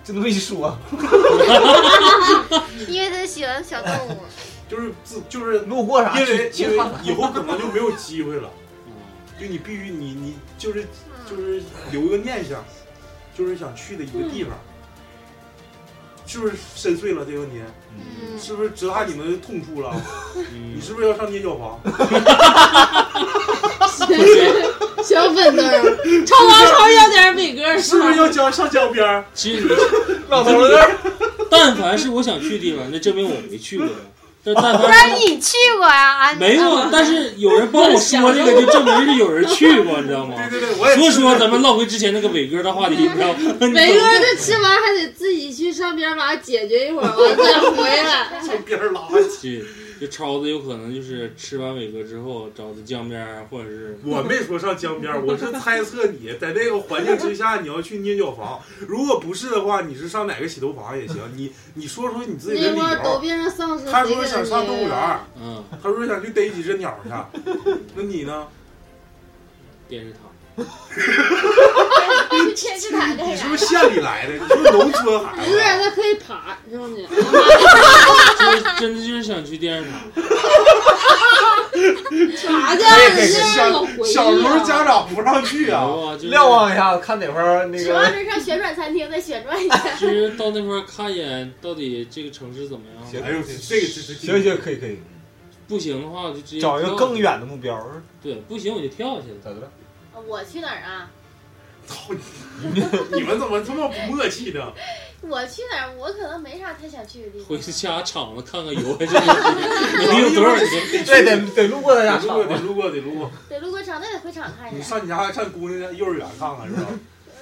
就那么一说，
因为他喜欢小动物。
就是自就是
路过啥
因为
去去
因为
看看
以后可能就没有机会了，就你必须你你就是就是留一个念想，就是想去的一个地方，是不是深邃了这个年？
嗯，
是不是直达你们的痛处了？你
嗯，
是不是要上捏脚房？
小粉灯儿， <laughs> 超高超要点美歌
是不是要江上江边儿？
其实你
老头乐儿，
但凡是我想去的地方，那证明我没去过呀。但但
不
凡
然你去过呀、啊？
没有，但是有人帮我说这个，就证明是有人去过，你知道吗？
对对，我也
所以说咱们唠回之前那个伟哥的话题，你知道吗？
美歌这
<laughs>
吃完还得自己去上边把它解决一会儿，完再回
<laughs>
来。
上边儿拉去。
这这超子有可能就是吃完伟哥之后找的江边儿，啊或者是
我没说上江边儿，我是猜测你在那个环境之下，你要去捏脚房。如果不是的话，你是上哪个洗头房也行。你你说说你自己的
那
理
会儿都
由。
变成丧尸，
他
谁
说
给
想上动物园儿，
嗯
他说想去逮几只鸟去。那你呢？
电视塔。
电视台的
你是
呀
不。是县里来的？你是不是农村孩
不是
子？
啊
啊
他可以爬，知道吗？
就是真的就是想去电视塔。
爬
<laughs>
去，这老
哎小
回忆
小时候
啊
家长不让去啊。
啊，就是
瞭望一下，看哪块儿那
指望
个
着上旋转餐厅再旋转一下，
就是到那块儿看一眼，到底这个城市怎么样？
哎呦，这个这
行行可以可以，
不行的话，就直接
找一个
跳
更。远的嗯目标，
对，不行我就跳下去了。
咋的了？
我去哪儿啊？
操你！你们 <laughs> 怎么这么不默契呢？
我去哪儿？我可能没啥太想去的地方
回。家厂子看看油
<laughs>
还是能用多少钱？
对，得得路过他家
得路
厂
过，得路过，得路过。
得路过场，那得回场看一
你
下。
上你家上姑娘家幼儿园看看是吧？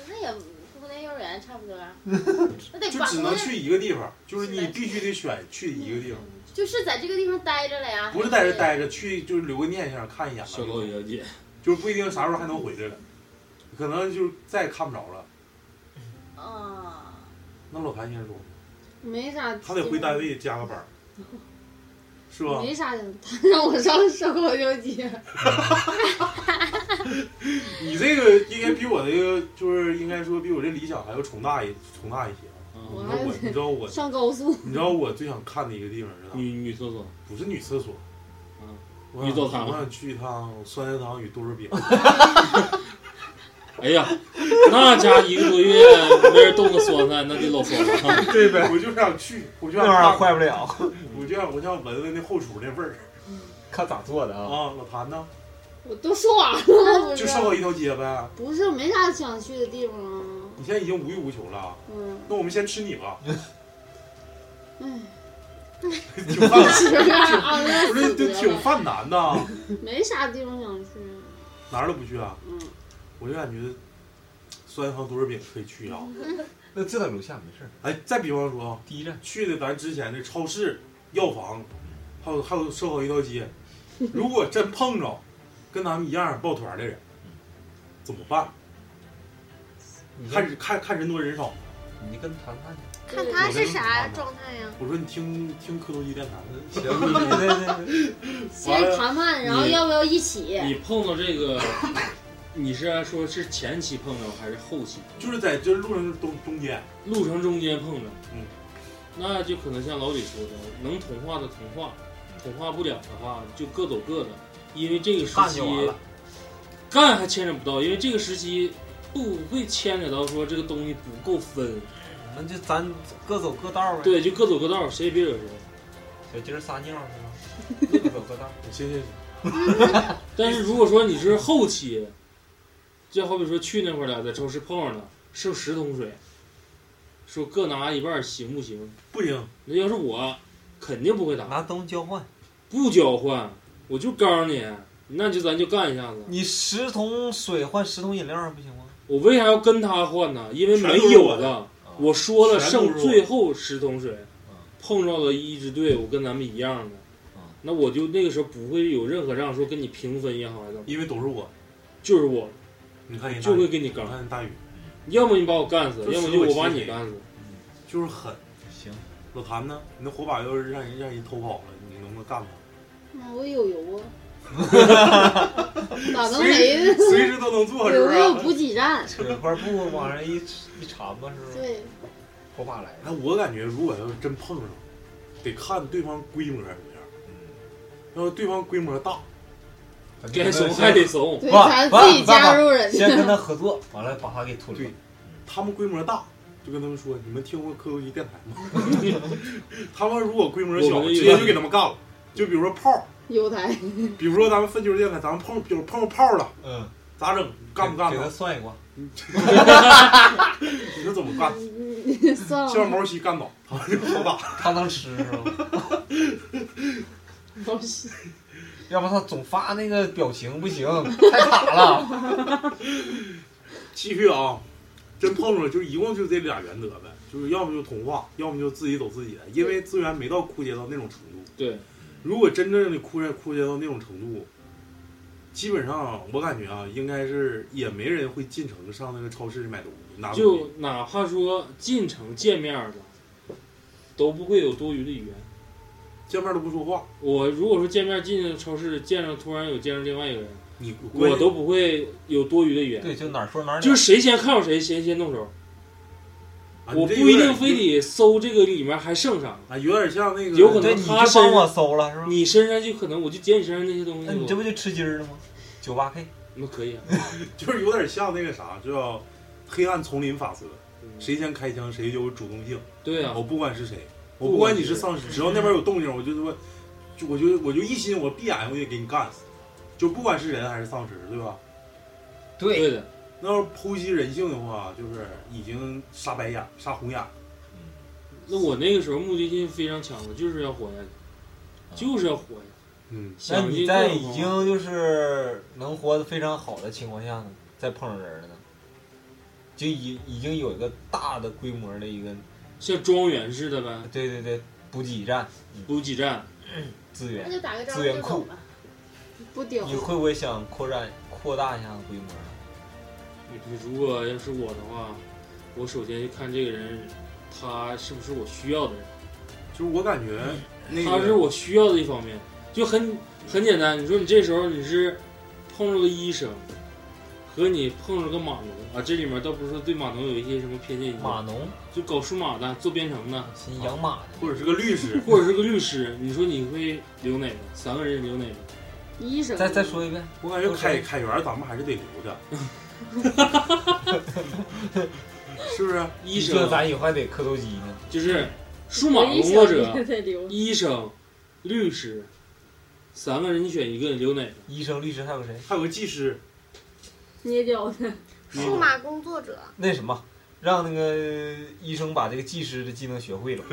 那也姑娘幼儿园差
<laughs>
不多，那得
就
把
只
姑
能
娘
去一个地方，就是你必须得选去一个地方，
就是在这个地方待着了呀。
不是在这待着，去就是留个念想，看一眼吧
小高小姐，
就是不一定啥时候还能回来了，可能就是再也看不着了。
啊，
那老谭先说，
没啥，
他得回单位加个班儿，是吧？
没啥人，他让我上烧烤小姐，
你这个应该比我这个就是应该说比我这理想还要重大一重大一些啊。
啊
我
你知道
还
我你知道我
上高速，
你知道我最想看的一个地方是啥？
女女厕所，
不是女厕所，
嗯
我想
女澡堂
我想去一趟酸菜汤与豆豉饼。
哎呀，那家一个多月没人动过酸菜，那得老酸
<laughs>
了。
对 <laughs> 呗，
我就想去，我就
那
想
玩意
看
儿坏不了，
我就想我就想闻闻那后厨那味儿
<laughs> 看咋做的啊。
啊。老谭呢？
我都说完了，
<laughs>
不
就是烧烤一条街呗。
不是没啥想去的地方啊，
你现在已经无欲无求了，
嗯，
那我们先吃你吧。
哎，
嗯
<laughs>
<laughs>
挺犯，
是啊，那
不是
死
就
得
挺
了
犯难呐，
<laughs> <laughs> 没啥地方想去，
哪儿都不去啊。
嗯，
我就感觉酸汤多肉饼可以去啊。
那就在楼下没事儿，
哎，再比方说啊，
第一站
去的咱之前的超市、药房，还有还有烧烤一
<laughs>
条街，如果真碰着跟咱们一样抱团的人，
嗯
怎么办？
你
看
跟
人看看人多人少。
你就跟谈谈去。
看他是啥状态呀、
我说你听听磕头机电台的。
行，对对对，
先谈判，然后
你
要不要一起？
你碰到这个，你是说是前期碰着还是后期？
就是在这路上中中间，
路程中间碰着，
嗯，
那就可能像老李说的，能同化的同化，
嗯
同化不了的话就各走各的，因为这个时
干
期
就完了。
干还牵扯不到，因为这个时期不会牵扯到说这个东西不够分，
那就咱各走各道儿呗。，
对，就各走各道，谁也别惹谁。
小鸡儿撒尿 <laughs> 是吧？各走各道儿。
行行行，
但是如果说你是后期，就好比说去那块儿了，在超市碰上了，剩十桶水，说各拿一半儿行不行？
不行，
那要是我，肯定不会拿。
拿东西交换，
不交换，我就告诉你，那就咱就干一下子。
你十桶水换十桶饮料儿不行吗？
我为啥要跟他换呢？因为没
全都是
有
我的啊
了。我说了，
全都是
剩
我
最后十桶水，碰到了一支队，我跟咱们一样的。
啊
那我就那个时候不会有任何让说跟你平分也好还是怎么，
因为都是我，
就是我，
你看人大
就
宇
会给你刚
你，看大宇，
要么你把我干死，
就
要么
使
就
我
我把
欺
你
负
干死。
就是狠。
行，
老谭呢？你那火把要是让人让人偷跑了，你能不能干
那我有 <laughs> 油啊，
他？
咋能
随
没？
随时都能做，是不
有没
是？
有补给站？
这块布往上一一缠吧，是不是？
对，
火把来了，
哎，我感觉如果要是真碰上，得看对方规模怎么样。嗯要是对方规模大，
该怂还得
<laughs>
怂。
对，
哇
咱
哇
自己加入人
先跟
家。
他合作，完了把他给吞了
对。他们规模大，就跟他们说：“你们听过科学电台
<laughs>
吗？”他们如果规模
我
小，
们
直接就给他们干了。就比如说炮，
<laughs> 有台， <laughs>
比如说咱们分球电台，咱们碰就是碰炮了，
嗯，啊
咋整？干不干
给他
呢？
算一卦，
你说怎么干？
嗯
算
像
了，
毛主席干倒，他们就好打。
他能吃是吧？要不他总发那个表情不行，太傻了。
继续啊，真碰上了，就一共就这俩原则呗，就是要么就同化，要么就自己走自己的，因为资源没到枯竭到那种程度。
对，
如果真正的枯竭枯竭到那种程度，基本上我感觉啊，应该是也没人会进城上那个超市买东西，拿东西
就哪怕说进城见面了，都不会有多余的语言。
见面都不说话，
我如果说见面进超市见着突然有见着另外一个人，
你
我都不会有多余的语言，
<laughs> 对，就哪儿说哪儿了。
就是谁先看到谁，谁先动手。
啊
我
你
不
这
一
有点
定非得搜这个里面还剩啥，
啊，有点像那个
有可
对，
能
你就
他
帮
身
我搜了是吧？
你身上就可能我就捡你身上那些东西
那你这
了，
不就吃鸡儿了吗？九八 K，
那可以啊。
<laughs> 就是有点像那个啥，叫黑暗丛林法则，
嗯
谁哦先开枪谁就有主动性。
对啊
我，不管是谁，我
不
不管你
管
是
是
丧尸，只要那边有动静，我就说，就我就我就一心，我闭眼我也给你干死，就不管是人还是丧尸，对吧？
对的，
那要是剖析人性的话，就是已经杀白眼、杀红眼，
那我那个时候目的性非常强的，就是要活下去，就是要活下去。
嗯，
那
想
你
尽
在
各种
已
方
经
法
就是能活得非常好的情况下呢，再碰上人了呢，就已已经有一个大的规模的一个，
像庄园似的呗，
对对对，补给站
补给站，
资
那
源，
就打个招呼
资源
就
库
走了。
不屌
你，会不会想扩展扩大一下规模？
你如果要是我的话，我首先就看这个人，他是不是我需要的人，
就是我感觉那
嗯
个
他是我需要的一方面，就很很简单。你说你这时候你是碰着个医生，和你碰着个码农啊，这里面倒不是说对码农有一些什么偏见，
码农，
就搞数码的、做编程的，
是啊养马的，
或者是个律师
<laughs> ，或者是个律师，你说你会留哪个？三个人留哪个？
医生。
再再说一遍，
我感觉凯凯源咱们还是得留
<laughs>
着，是不是？
医
这
生
咱以后还得磕头机呢。
就是数码
我一
工作
想
者。
<laughs> 就得留。
医生、律师，三个人你选一个，你留哪个？
医生、律师还有谁？
还有个技
<laughs>
师，
捏脚的，
嗯
数码工作者，
那什么，让那个医生把这个技师的技能学会了。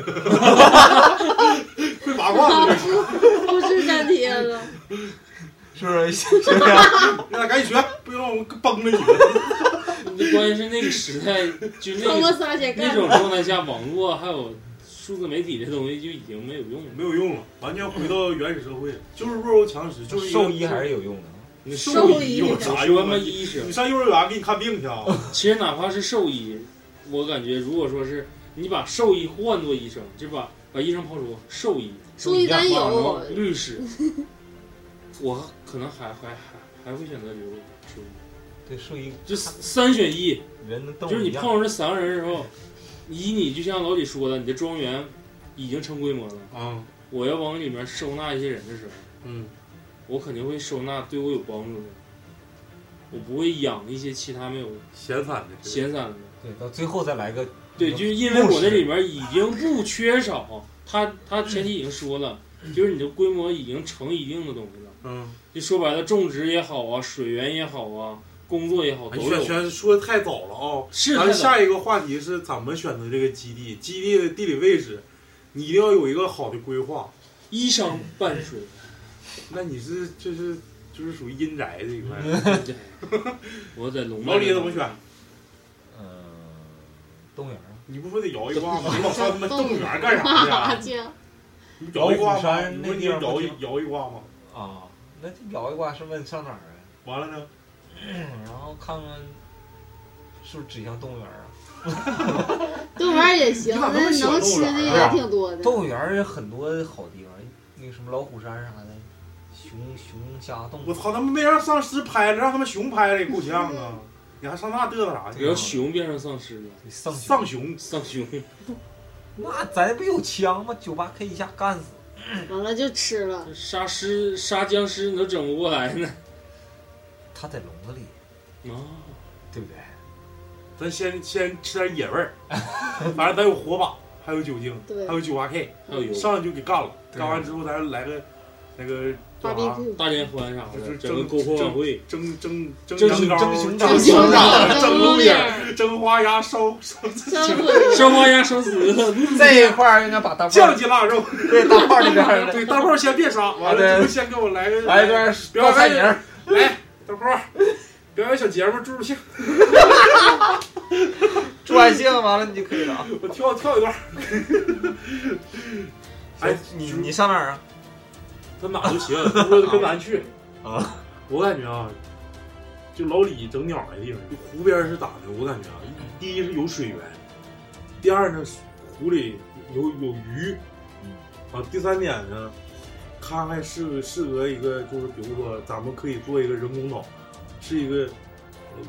会八卦的，
<laughs> 不是粘贴了。
是不是？是不是？
那赶紧学，不要让我们崩
<laughs>
了你们。
那关键是那个时代，就 <laughs>
他 <laughs>
那
妈
个
仨先
<laughs> 那
干。
种状态下，网络还有数字媒体这东西就已经没有用了。
没有用了，完全回到原始社会，就是弱肉强食，就是一个
<laughs> 兽医还是有用的。
你
兽
医，
医有啥
我说
用
他
啊？
妈
你
医生
你，上幼儿园给你看病
<laughs>
去啊？
其实哪怕是兽医，我感觉如果说是你把兽医换作医生，就把把医生刨除，兽医、
说一咱
马
有
农、，律师，我可能还还还还会选择留兽医，
对，兽医
就三选一。
人跟动物
就是你
一样
碰上这三个人的时候，以你就像老李说的，你的庄园已经成规模了。
啊，
我要往里面收纳一些人的时候，
嗯，
我肯定会收纳对我有帮助的，我不会养一些其他没有
闲散的
闲散的。
对，到最后再来个
对，就是因为我那里面已经不缺少，他他前期已经说了，就是你的规模已经成一定的东西了。
嗯，
就说白了，种植也好啊，水源也好啊，工作也好都
哎选
有。
选说的太早了啊、
是
咱
太
们
早
下一个话题是怎么选择这个基地，基地的地理位置，你一定要有一个好的规划。
依山伴水，
那你是
<laughs>
就是就是属于阴宅这一块。
我在龙脉
老李
这
怎么
边
选？
呃动物园啊，
你不说得摇一卦吗？你老上他妈动物园干啥去啊？
去？ <laughs>
你摇一卦
老虎
吗？
山
你
那
不是你
地方
摇
不
一
行
摇一卦吗？
啊，那就摇一卦是问上哪儿啊？嗯
完了呢？
然后看看是不是指向动物园啊？
动物园也行，
你咋
那
那么
能
喜欢动物
吃
园
的
啊
也挺多的。
动物园儿有很多好地方，那个什么老虎山啥的，熊熊虾洞。
我操，他们没让丧尸拍了，让他们熊拍了也够呛啊！你还上那嘚瑟啥
对
去？
你要熊变成丧尸了，
丧熊
丧熊，
丧熊
那咱不有枪吗？九八 K 一下干死。
完了就吃了，
啊
杀尸杀僵尸能整不过来呢。
他在笼子里，
哦
啊，
对不对？ <laughs>
咱先先吃点野味儿，反正咱有火把，还有酒精，
对
还有九八 K，
还有油
上来就给干了。
对
干完之后，咱来个那个
芭
叫
比
啥？ <laughs>
Q，
大联欢啥
就
的，
是
整个
蒸
篝火晚会，
蒸蒸蒸
蒸
羊羔
蒸熊掌
蒸
熊
掌、
掌
蒸
蒸
鹿
鹿
眼
眼
儿、 <laughs> 蒸花鸭、烧烧
香椿
烧花鸭烧死了，
<laughs>
这一块儿应该 <laughs> 把大
酱鸡腊肉。
对 <laughs> 大炮这边儿
对，大炮先别杀，完
啊
了
对
之后先给我来个
<laughs> 来一段
表
大菜名
演
儿，
<laughs> 来，大炮表演小节目助助兴，
助完兴完了你就可以了啊。
我跳跳一段。哎 <laughs>
<laughs> 哎，，你你上哪儿啊？
他哪都行，不说跟咱去
啊。
<laughs> 我感觉啊，就老李整鸟的地方，就湖边是咋的？我感觉啊，第一是有水源，第二呢，湖里有有鱼，啊，第三点呢，看看适合适合一个，就是比如说咱们可以做一个人工岛，是一个呃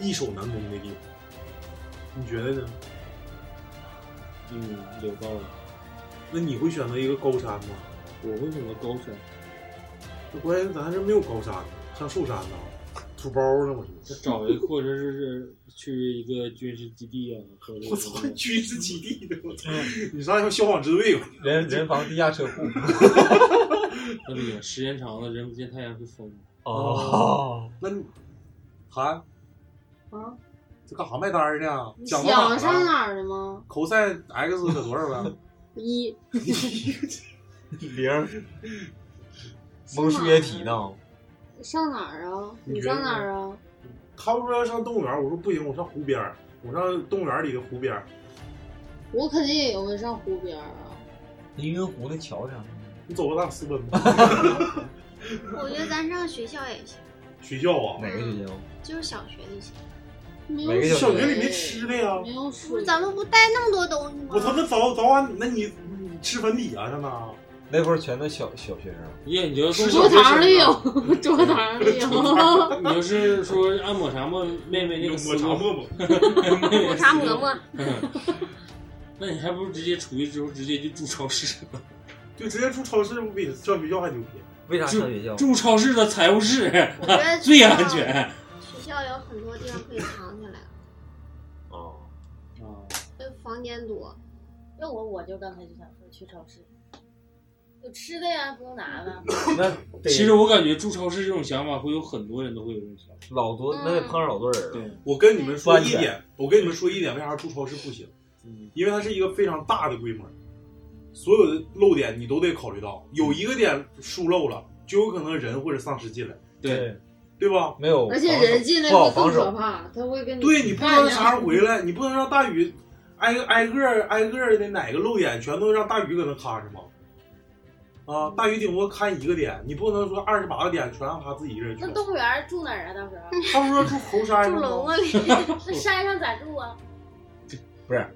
易易守难攻的地方。你觉得呢？
嗯，有道理。
那你会选择一个高山吗？
我会选择高山，
这关键咱还是没有高山呢，上寿山呢，土包呢，我
再
寻思。
找一个，或者是去一个军事基地啊，或者
我操，军事基地的，我操！你上一个消防支队吧？
人人防地下车 <laughs> 库。
那不行，时间长了人不见太阳会疯。
哦，
那你，韩
啊，
这干啥卖单儿呢？
你
讲啊
想
到哪
上啊
儿了？
哪儿了吗？
口塞 X 可多少啊了？
一
零。蒙数学题呢？
啊上哪儿啊？
你
你
觉得
上哪儿啊？
<laughs> 他们说要上动物园，我说不行，我上湖边儿，我上动物园里的湖边儿。
我肯定也会上湖边儿啊。
凌云湖那桥上，
你走吧，咱俩私奔吧。 <laughs>
我觉得咱上学校也行，
学校啊，
哪个学校？
就是小学就行。
没
哪个
有
小
小学
学里没吃的呀。
没有
不
水
是，咱们不带那么多东西吗？
我他妈早早晚，那你你吃粉底啊，上那？
那会儿全都小小学生。
耶，你要说
石
桌
头
堂里有，桌堂里
<laughs>
有。
啊 <laughs> 你要是说按抹茶沫妹妹那个
抹
思
茶
<laughs> 路，
沫沫，
抹茶馍
<laughs>
馍，
嗯那你还不如直接出去之后直接就住超市，
就直接住超市，不比上学校还牛逼？
为啥上学校？
住超市的财务室
我觉得
<laughs> 最安全。啊
学校有很多地方可以藏起来，
哦，
啊
就房间多。
那我我就刚才就想说去超市，有吃的呀，不用拿了。
那得
其实我感觉住超市这种想法会有很多人都会有这种想法。
老多，那得碰上老多人了。
对，
我跟你们说一
不
点
安全，
我跟你们说一点，为啥住超市不行？
嗯
因为它是一个非常大的规模，所有的漏点你都得考虑到，有一个点疏漏了，就有可能人或者丧尸进来，
对，，
对吧？
没有，
而且人进来
不好
会更
防
可
守。
怕，他会跟你
对你不能
干
啥时
呀
候回来，你不能让大宇挨个挨个儿挨个儿的哪个漏点全都让大宇搁那看着嘛。啊，大宇顶多看一个点，你不能说二十八个点全让他自己一个人去
那。动物园住哪儿啊？到
<laughs>
时候
他不是说住猴山
<laughs>
住
上
笼
啊
<laughs> 吗？
子里，
那山上咋住啊？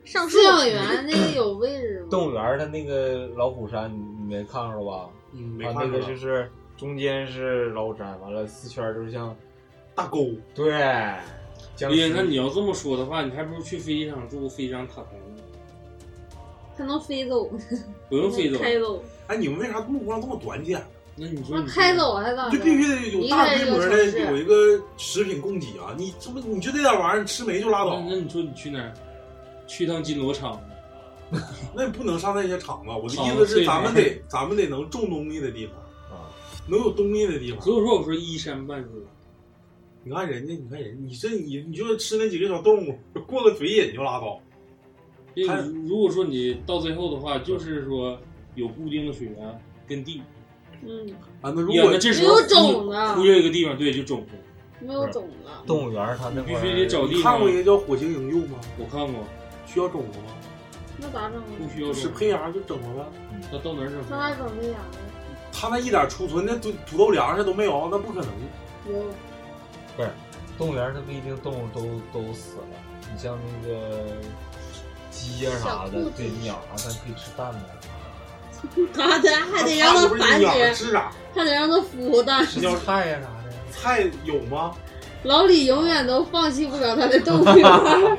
上树
饲养员那有位置吗？
动物园儿它那个老虎山，你你没看着吧？
嗯，没
它啊那
看着
个就是中间是老虎山，完了四圈儿都是像
大沟，
对僵
因为哎那
尸。
你要这么说的话，你还不如去飞机场住飞机场塔台呢，
它能飞走，
不用飞走。
开走，
哎，你们为啥目光这么短浅？
那你说
那
你
开走还咋
就
的？
必须得有大规模的有一个食品供给啊！你这不你就这点玩意儿吃没就拉
那
倒，
那你说你去哪儿？去趟金锣厂，
那也不能上那些厂子。我的意思是，咱们得咱们得能种东西的地方，
啊，
能有东西的地方。
所以说我说依山傍水。
你看人家，你看人，你这你你就吃那几个小动物，过个嘴瘾就拉倒。
因
还
为你如果说你到最后的话，就是说有固定的水源跟地，
嗯，
啊，那如
呀，那
果
这时
没
候
有种
忽
子，啊
略一个地方，对，就种子。
没有种子，
动物园儿它那
你必
会儿
须得找
你
地
看
方。
过一个叫《火星营救》吗？
我看过，
需要整活吗？
那咋整啊？
不需要
使胚芽就整活呗。
那到哪儿整
上哪整的呀？
他那一点储存的土土豆粮食都没有，那不可能。
有
不是，动物园它不一定动物都都死了。你像那个鸡呀、啥
小兔
的，
子
对鸟啊，咱可以吃蛋的。
嘎的，还得让它繁殖，
啥？
还得让它孵蛋。
吃点菜呀、啥
<laughs>
啊
的。
菜有吗？
老李永远都放弃不了他的动物园儿。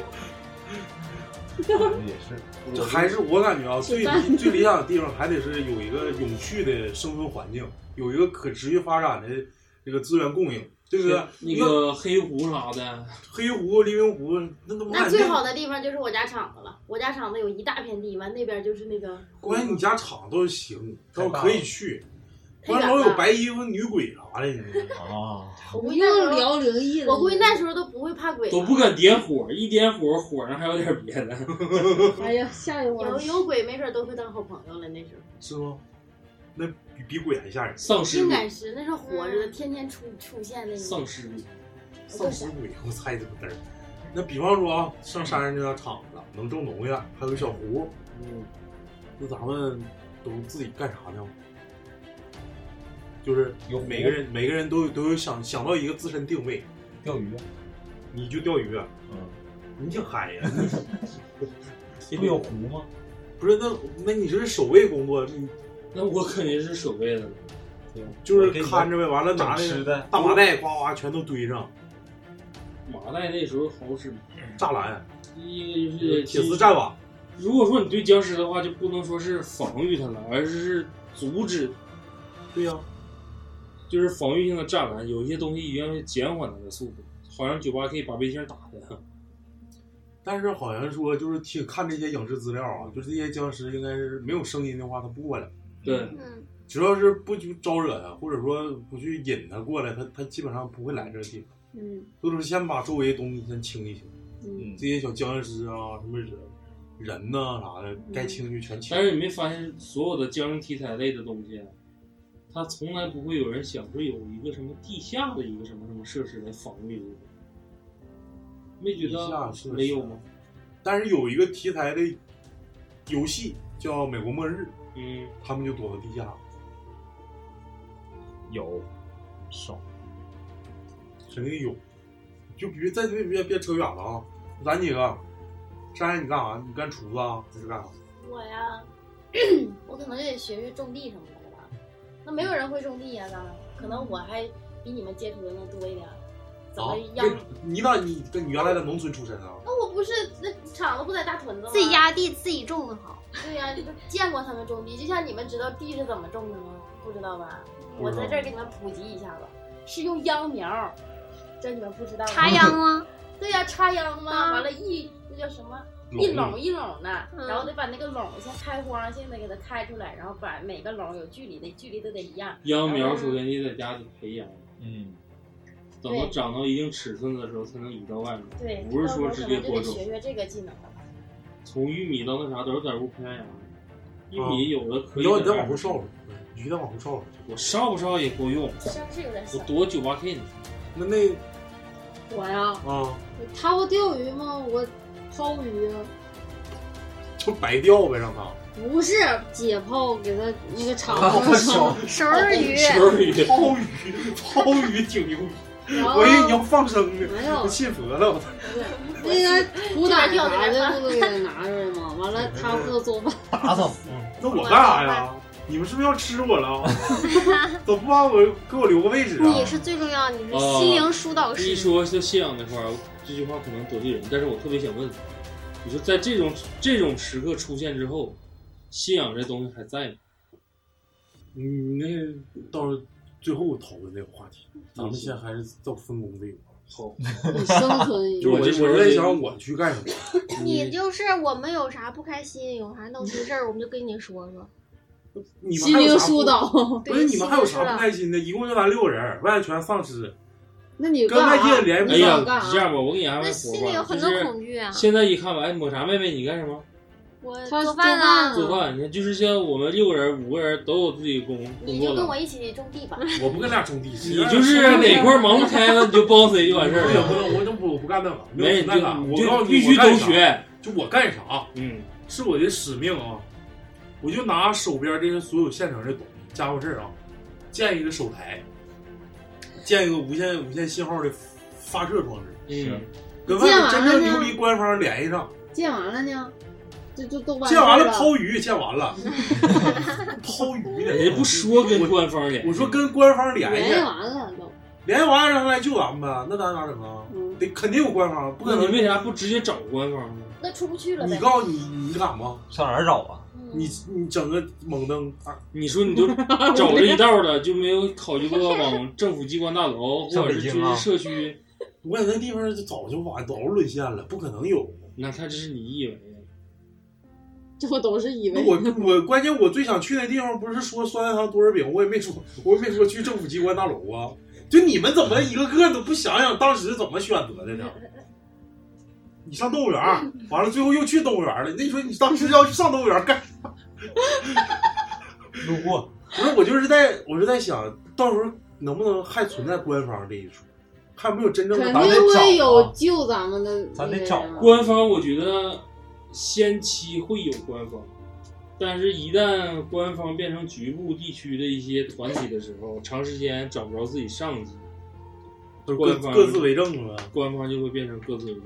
也是，
就还是我感觉啊，
<laughs>
最
吃饭
最理想的地方还得是有一个有序的生存环境，有一个可持续发展的这个资源供应，对不对？
那个黑湖啥的，
黑湖、黎明湖，那都不
那
敢
最
定。
好的地方就是我家厂子了，我家厂子有一大片地，完那边就是那个
关键你家厂倒行，倒
太大
可以去。
太
关键
远
老有
了
白衣服女鬼啥的，你
啊，
我估
不
计那时
用
候
聊灵异了，
我估计那时候都不会怕鬼了，
都不敢点火，一点火火上还有点别的。
哎呀，吓一我！
有有鬼没准都会当好朋友了。那时候
是吗？那比比鬼还吓人。
丧尸
应
鬼，
该是那时候活着的，天天出出现那个
丧尸鬼，
丧尸鬼，我猜这个嘚儿。那比方说啊，上山上这家厂子能种东西，还有小湖，
嗯，
那咱们都自己干啥呢？就是
有
每个人每个人都有都有想想到一个自身定位，
钓鱼，
你就钓鱼，啊
嗯，
你挺嗨呀！你
不有湖吗？
不是那那你这是守卫工作，你
那我肯定是守卫的。
就是
我给你
看着呗，完了拿
整
那个
吃的，
大麻袋呱呱全都堆上，
麻袋那时候好使，
栅栏、
一
嗯
个就是
铁丝战网，
如果说你对僵尸的话，就不能说是防御它了，而是阻止，
对呀、
就是防御性的栅栏。有一些东西一定要减缓它的速度，好像九八 K 把背景打的。
但是好像说就是听看这些影视资料啊，就是这些僵尸应该是没有声音的话，它不过来。
对，
嗯，
只要是不去招惹它，或者说不去引它过来，它它基本上不会来这个地方。
嗯
所以说，先把周围东西先清一清，
嗯，
这些小僵尸啊，什么人人呐、啥的，该清就全清。
但是你没发现所有的僵尸题材类的东西啊，它从来不会有人想说有一个什么地下的一个什么什么设施来防御这个。没觉
地下
得
设施
没有吗？
但是有一个题材的游戏叫《美国末日》，
嗯，
他们就躲到地下了。
有，少。
肯定有。就比如再别别别扯远了啊，咱几个，珊珊你干啥？你干厨子啊？这是干啥？
我呀，我可能就得学学种地什么的了吧。那没有人会种地呀、当然，可能我还比你们接触的能多一点儿。怎
啊
么养？
你咋你你原来在农村出身啊？
那我不是那厂子不在大屯子吗？
自己压地自己种的好。
对呀、就见过他们种地，就像你们知道地是怎么种的吗？不知道吧？我在这儿给你们普及一下子，是用秧苗儿，这你们不知道吗？
插秧吗？
<laughs> 对呀、插秧嘛，
啊
完了一那叫什么？
拢
一垄一垄的，
嗯
然后得把那个垄先开荒，先得给它开出来，然后把每个垄有距离的距离都得一样。
秧苗首先你在家里培养，
嗯，
等它
对
长到一定尺寸的时候才能移到外面。
对，
不是说直接
到时候可能
播
就
种
得学学这个技能了吧。
从玉米到那啥都是在屋培养的。玉米有的可以，
然啊后你再往后烧，烧，你再往后烧烧。
我烧不烧也够用，
声是有点
我
小，
多九八 K 呢。
那那
我呀，
啊，
他不钓鱼吗？我抛鱼啊，
就白钓呗，让 <laughs> 他。
不是解剖，给他那个
<laughs>
肠
啊，
子
少。
手
哦
儿鱼，
球鱼，
抛鱼，抛鱼挺牛逼。
然后
我以为你要放生呢，
哦没有
我信佛了，我操！
那个 <laughs> 土胆啥的不都给他拿出来 <laughs> 吗？完了，他做做饭，
打扫，
那我干啥呀？你们是不是要吃我了？怎么不把我给我留个位置啊？
你是最重要，你是心灵疏导
一
师。
哦说就信仰那块儿，这句话可能得罪人，但是我特别想问，你说在这种这种时刻出现之后，信仰这东西还在吗？
嗯你那到最后讨论这个话题，咱们现在还是到分工这一块儿。
好，
你生存
就
我
我
这时候
我在
就
想我去干什么。
你就是我们有啥不开心，有啥闹心事儿，我们就跟你说说。
你们
心
还有
灵
啥
疏
不
导。
不是你们还有
心灵疏
啥不
导
开心的？一共就咱六个人，外全丧尸，
<laughs> 那你
跟
干
外界
啥？
联
哎
系
呀
上
想，干啥
你这样吧，我给你安排
啊那
活
心里有
吧，
很
就
多
是
恐惧啊！嗯
现在一看完，哎抹茶妹妹你干什么？
我
他
做饭啊，
做饭，你看就是像我们六个人、五个人都有自己工工
你
作
就
了
跟。我一起种地吧。
我不跟俩种地，你
你就是哪块忙不开了，你就帮谁就
我
完事儿
也不
了。
能，我就不我不干那个，
没，
有那个，
你
我
就
告诉
你
你
必须
我干
都
啥。
学。
就我干啥，嗯，是我的使命啊。我就拿手边这些所有现成的家伙事儿啊，建一个手台，建一个无线无线信号的发射装置，嗯，跟外
建
面
完
真
了
正
呢
牛逼官方联系上，
建完了呢，就就都完
建完
事
了
儿啊
抛鱼，建
<laughs>
完了，抛鱼了，人不说跟官方联系，
嗯
我说跟官方联
联
系
系，完了都。嗯
联系完让他来救咱们呗，那咱咋整啊？得肯定有官方，不可能。
你为
啥不直接找官方呢？
那出不去了呗。嗯
你告诉你，你敢吗？上哪儿找啊？你你整个猛登啊！
你说你就找这一道的，就没有考虑过往政府机关大楼或者是军事社区。
区，我感觉那地方早就完，早就沦陷了，不可能有。那看这是你以为。
这不都是以为
我我关键我最想去那地方，不是说酸菜汤多尔饼，我也没说，我也没说去政府机关大楼啊。就你们怎么一个个都不想想当时怎么选择的呢？你上动物园儿，完了最后又去动物园儿了。那你说你当时要去上动物园儿干啥？路过。不是，我就是在，我是在想到时候能不能还存在官方这一说，看有没有真正的
肯
打
定
算
会有救咱们的，
官方，我觉得先期会有官方，
但是，一旦官方变成局部地区的一些团体的时候，长时间找不着自己上级，各
官方
各自为政了。官方就会变成各自为政。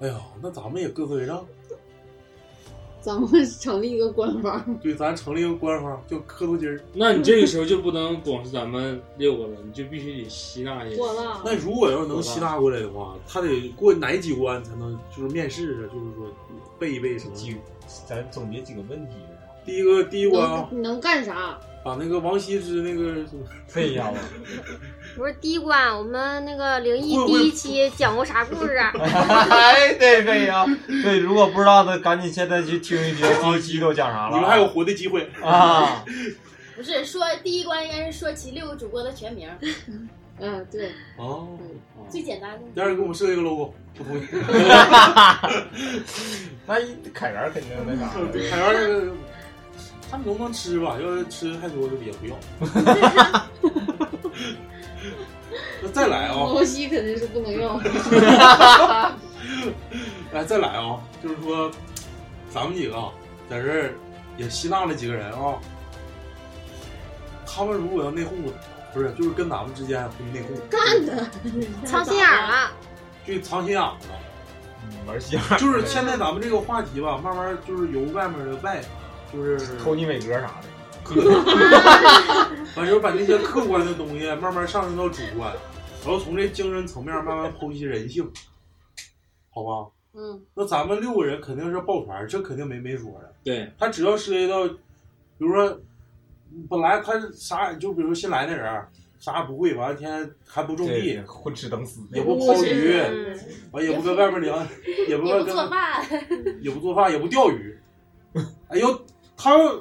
哎呀，那咱们也各自为政，
咱们成立一个官方。
对，咱成立一个官方，就磕头筋儿。那你这个时候就不能光是咱们六个了，你就必须得吸纳一些
我了。
那如果要是能吸纳过来的话，他得过哪几关才能就是面试啊？就是说背一背什么？咱总结几个问题。第一个，第一关啊，
能能干啥？
把那个王羲之那个什么背一 <laughs> 下子。
不是第一关，我们那个灵异
会
第一期讲过啥故事啊？
哎，对对
<laughs>
呀，对，如果不知道的，赶紧现在去听一听第一期都讲啥了。
你们还有活的机会
啊！
不是说第一关应该是说齐六个主播的全名，
嗯，对，
哦，
最简单的。
第二个给我们设计个 logo，不同意。
<laughs> 那凯源肯定那啥，
海源这嗯个他们都能吃吧？要是吃太多就也不要。那再来啊、
哦
毛西肯定是不能要。
来再来啊、就是说，咱们几个啊在这儿也吸纳了几个人啊、他们如果要内讧，不是就是跟咱们之间还会内讧，
干的，
藏心眼儿
啊
了。
就藏心眼子，
嗯
玩心眼。就是现在咱们这个话题吧，慢慢就是由外面的外，就是偷你伟哥啥的，客完之后把那些客观的东西慢慢上升到主观，然后从这精神层面慢慢剖析人性，好吧？
嗯，
那咱们六个人肯定是抱团，这肯定没没说的。
对，
他只要涉及到，比如说，本来他是啥也，就比如说新来的人儿，啥也不会，完了天天还不种地，混吃等死，也不抛鱼，完也不跟外面聊，也不
嗯也不
跟 <laughs>
做饭，
也不做饭，也不钓鱼。 <laughs> 哎呦，他要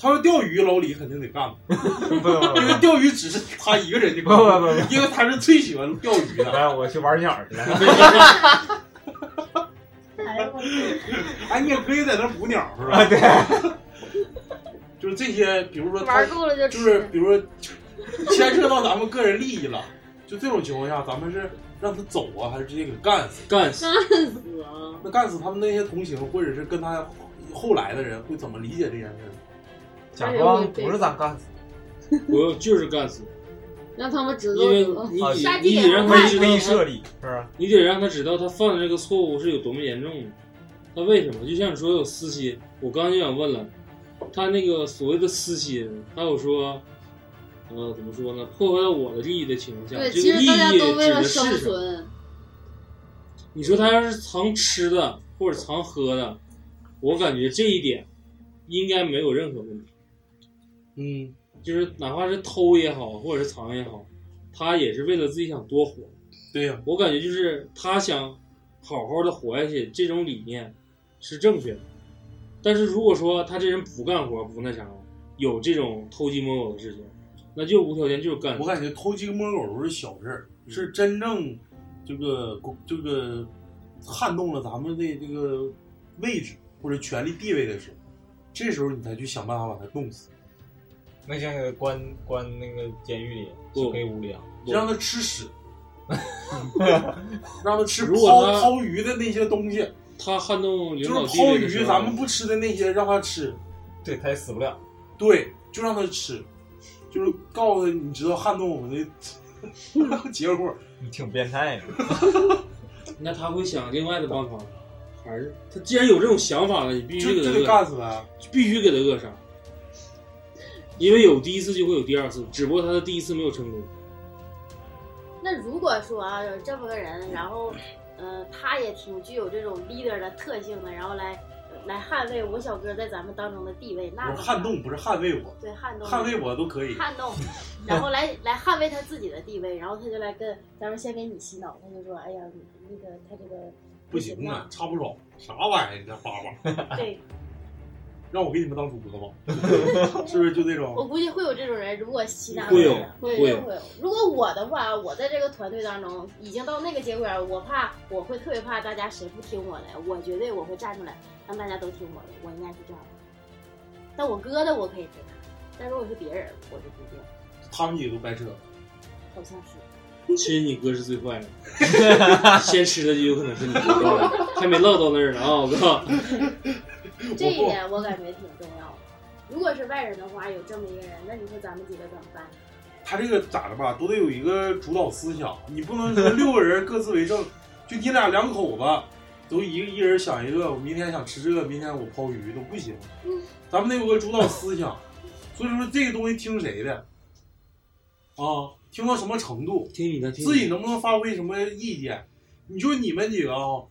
他要钓鱼，老李肯定得干， <laughs> 因为钓鱼只是他一个人的工作， <laughs> 因为他是最喜欢钓鱼
<laughs>
的。哎，我去玩鸟去 <laughs> 了。哎，你也可以在那捕鸟是吧？对。 <laughs> 就是这些，比如说他
玩够
<laughs>
了就吃
就是比如说牵涉到咱们个人利益了，就这种情况下，咱们是让他走啊，还是直接给干死？干死。
死啊！
那干死他们那些同行，或者是跟他后来的人，会怎么理解这件事？
假装不是咱
干死，我就是干死，
让他们知道
因为你
啊
了。
得你得让他知道他
是吧？
你得让他知道他犯的这个错误是有多么严重的。他为什么？就像你说有私心，我刚刚就想问了，他那个所谓的私心，还有说，呃，怎么说呢？破坏到我的利益的情况下，
对，
这
其
个利
实大家
益
都为
指
了
的是
生
什么？
存，
你说他要是藏吃的或者藏喝的，我感觉这一点应该没有任何问题。
嗯，
就是哪怕是偷也好，或者是藏也好，他也是为了自己想多活。
对呀、
我感觉就是他想好好的活下去，这种理念是正确的。但是如果说他这人不干活，不那啥，有这种偷鸡摸狗的事情，那就无条件就是干。
我感觉偷鸡摸狗是小事儿，是真正这个这个撼动了咱们的这个位置或者权力地位的时候，这时候你才去想办法把他弄死，
那像给关关那个监狱里，就给屋里啊，
让他
<laughs>
吃屎，让他吃
如果
抛
他
抛鱼的那些东西，
他撼动领
就
导
是
地
抛
位的时
鱼，
候，
咱们不吃的那些让他吃，
对他也死不了。
对，就让他吃，就是告诉他，你知道撼动我们
<laughs>
的结果。
你 <laughs> 挺变态的，
那他会想另外的办法，还是他既然有这种想法了，你必须给
就
他
就
扼
得干死他。
必须给他扼杀，因为有第一次就会有第二次，只不过他的第一次没有成功。
那如果说啊，有这么个人，然后，呃，他也挺具有这种 leader 的特性的，然后来来捍卫我小哥在咱们当中的地位，那
我
怎么
撼
办
动不是捍卫我，
对撼动
捍卫我都可以。
撼动，然后来来捍卫他自己的地位，然后他就来跟咱们先给你洗脑，他就说，哎呀，你那个他这个
不行
呐
啊，，插不着，啥玩意儿？你这叭叭，
啊对，
让我给你们当主
<laughs>
播吧，是不是就那
我
种？
估计会有这种人，如果其他的
会有
人
会
会
有
有。如果我的话，我在这个团队当中已经到那个节骨眼儿，我怕我会特别怕大家谁不听我的，我绝对我会站出来让大家都听我的，我应该是这样的。但我哥的我可以陪他，但如果是别人，我就不一定，
他们几个都白扯，
好像是。
其实你哥是最坏的，先吃的就 <laughs> 有可能是你哥，还没唠到那儿呢啊！我靠，
这一点我感觉挺重要的。如果是外人的话，有这么一个人，那你说咱们几个怎么办？
他这个咋的吧，都得有一个主导思想，你不能说六个人各自为政，就你俩两口子都一个一人想一个，我明天想吃这个，明天我抛鱼都不行，咱们得有个主导思想，所以说这个东西听谁的啊，听到什么程度，
听你的，听你的
自己能不能发挥什么意见？你就你们几个啊，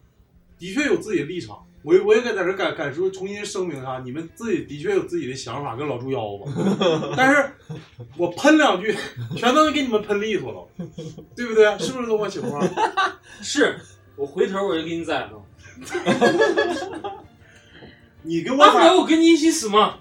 的确有自己的立场。我也我也在这敢敢说重新声明一下，你们自己的确有自己的想法跟老猪腰子，但是我喷两句，全都给你们喷利索了，对不对？是不是这么情况？
是我回头我就给你宰了，
你给我
啊大不
宰
了，我跟你一起死嘛。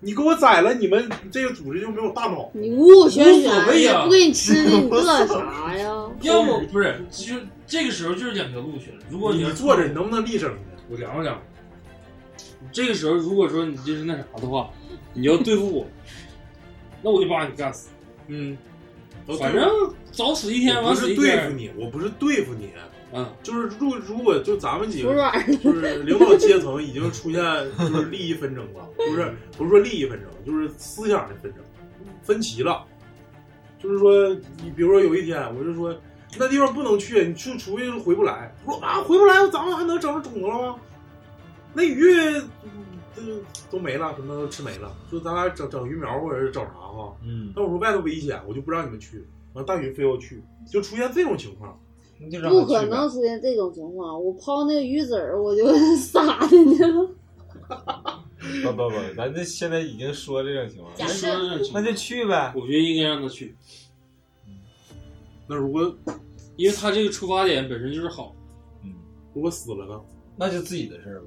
你给我宰了，你们这个组织就没有大脑。
你五五
无
玄
所
玄，
谓
也
呀
不给你吃的，你乐啥呀？
<laughs> 要么
不是，就这个时候就是两条路选。如果
你
要
坐着，你能不能立正？
<laughs> 我凉了凉。这个时候，如果说你就是那啥的话，你要对付
<laughs>
我，那我就把你干死。嗯，反正早死一天，
我不
晚
是
死一
对付
天。
你，我不是对付你，啊
嗯，
就是如如果就咱们几
服
个
软，
就是 <laughs> 领导阶层已经出现就是利益纷争了，就是不是说利益纷争，就是思想的纷争，分歧了。就是说，你比如说有一天，我就说那地方不能去，你去出去就回不来。他说啊，回不来，咱们还能整上种子了吗？那鱼都都没了，什么都吃没了。说咱俩整整鱼苗或者是整啥哈？
嗯，
那我说外头危险，我就不让你们去。完，大学非要去，就出现这种情况。
那就让他
不可
去呗
能出现这种情况。我抛那个鱼籽儿，我就 <laughs> 撒进去了。 <laughs>
不不不，咱这现在已经说这种情况
假
了，
设
那就去呗。
我觉得应该让他去，
那如果
因为他这个出发点本身就是好。
嗯，
如果死了呢？
那就自己的事儿呗。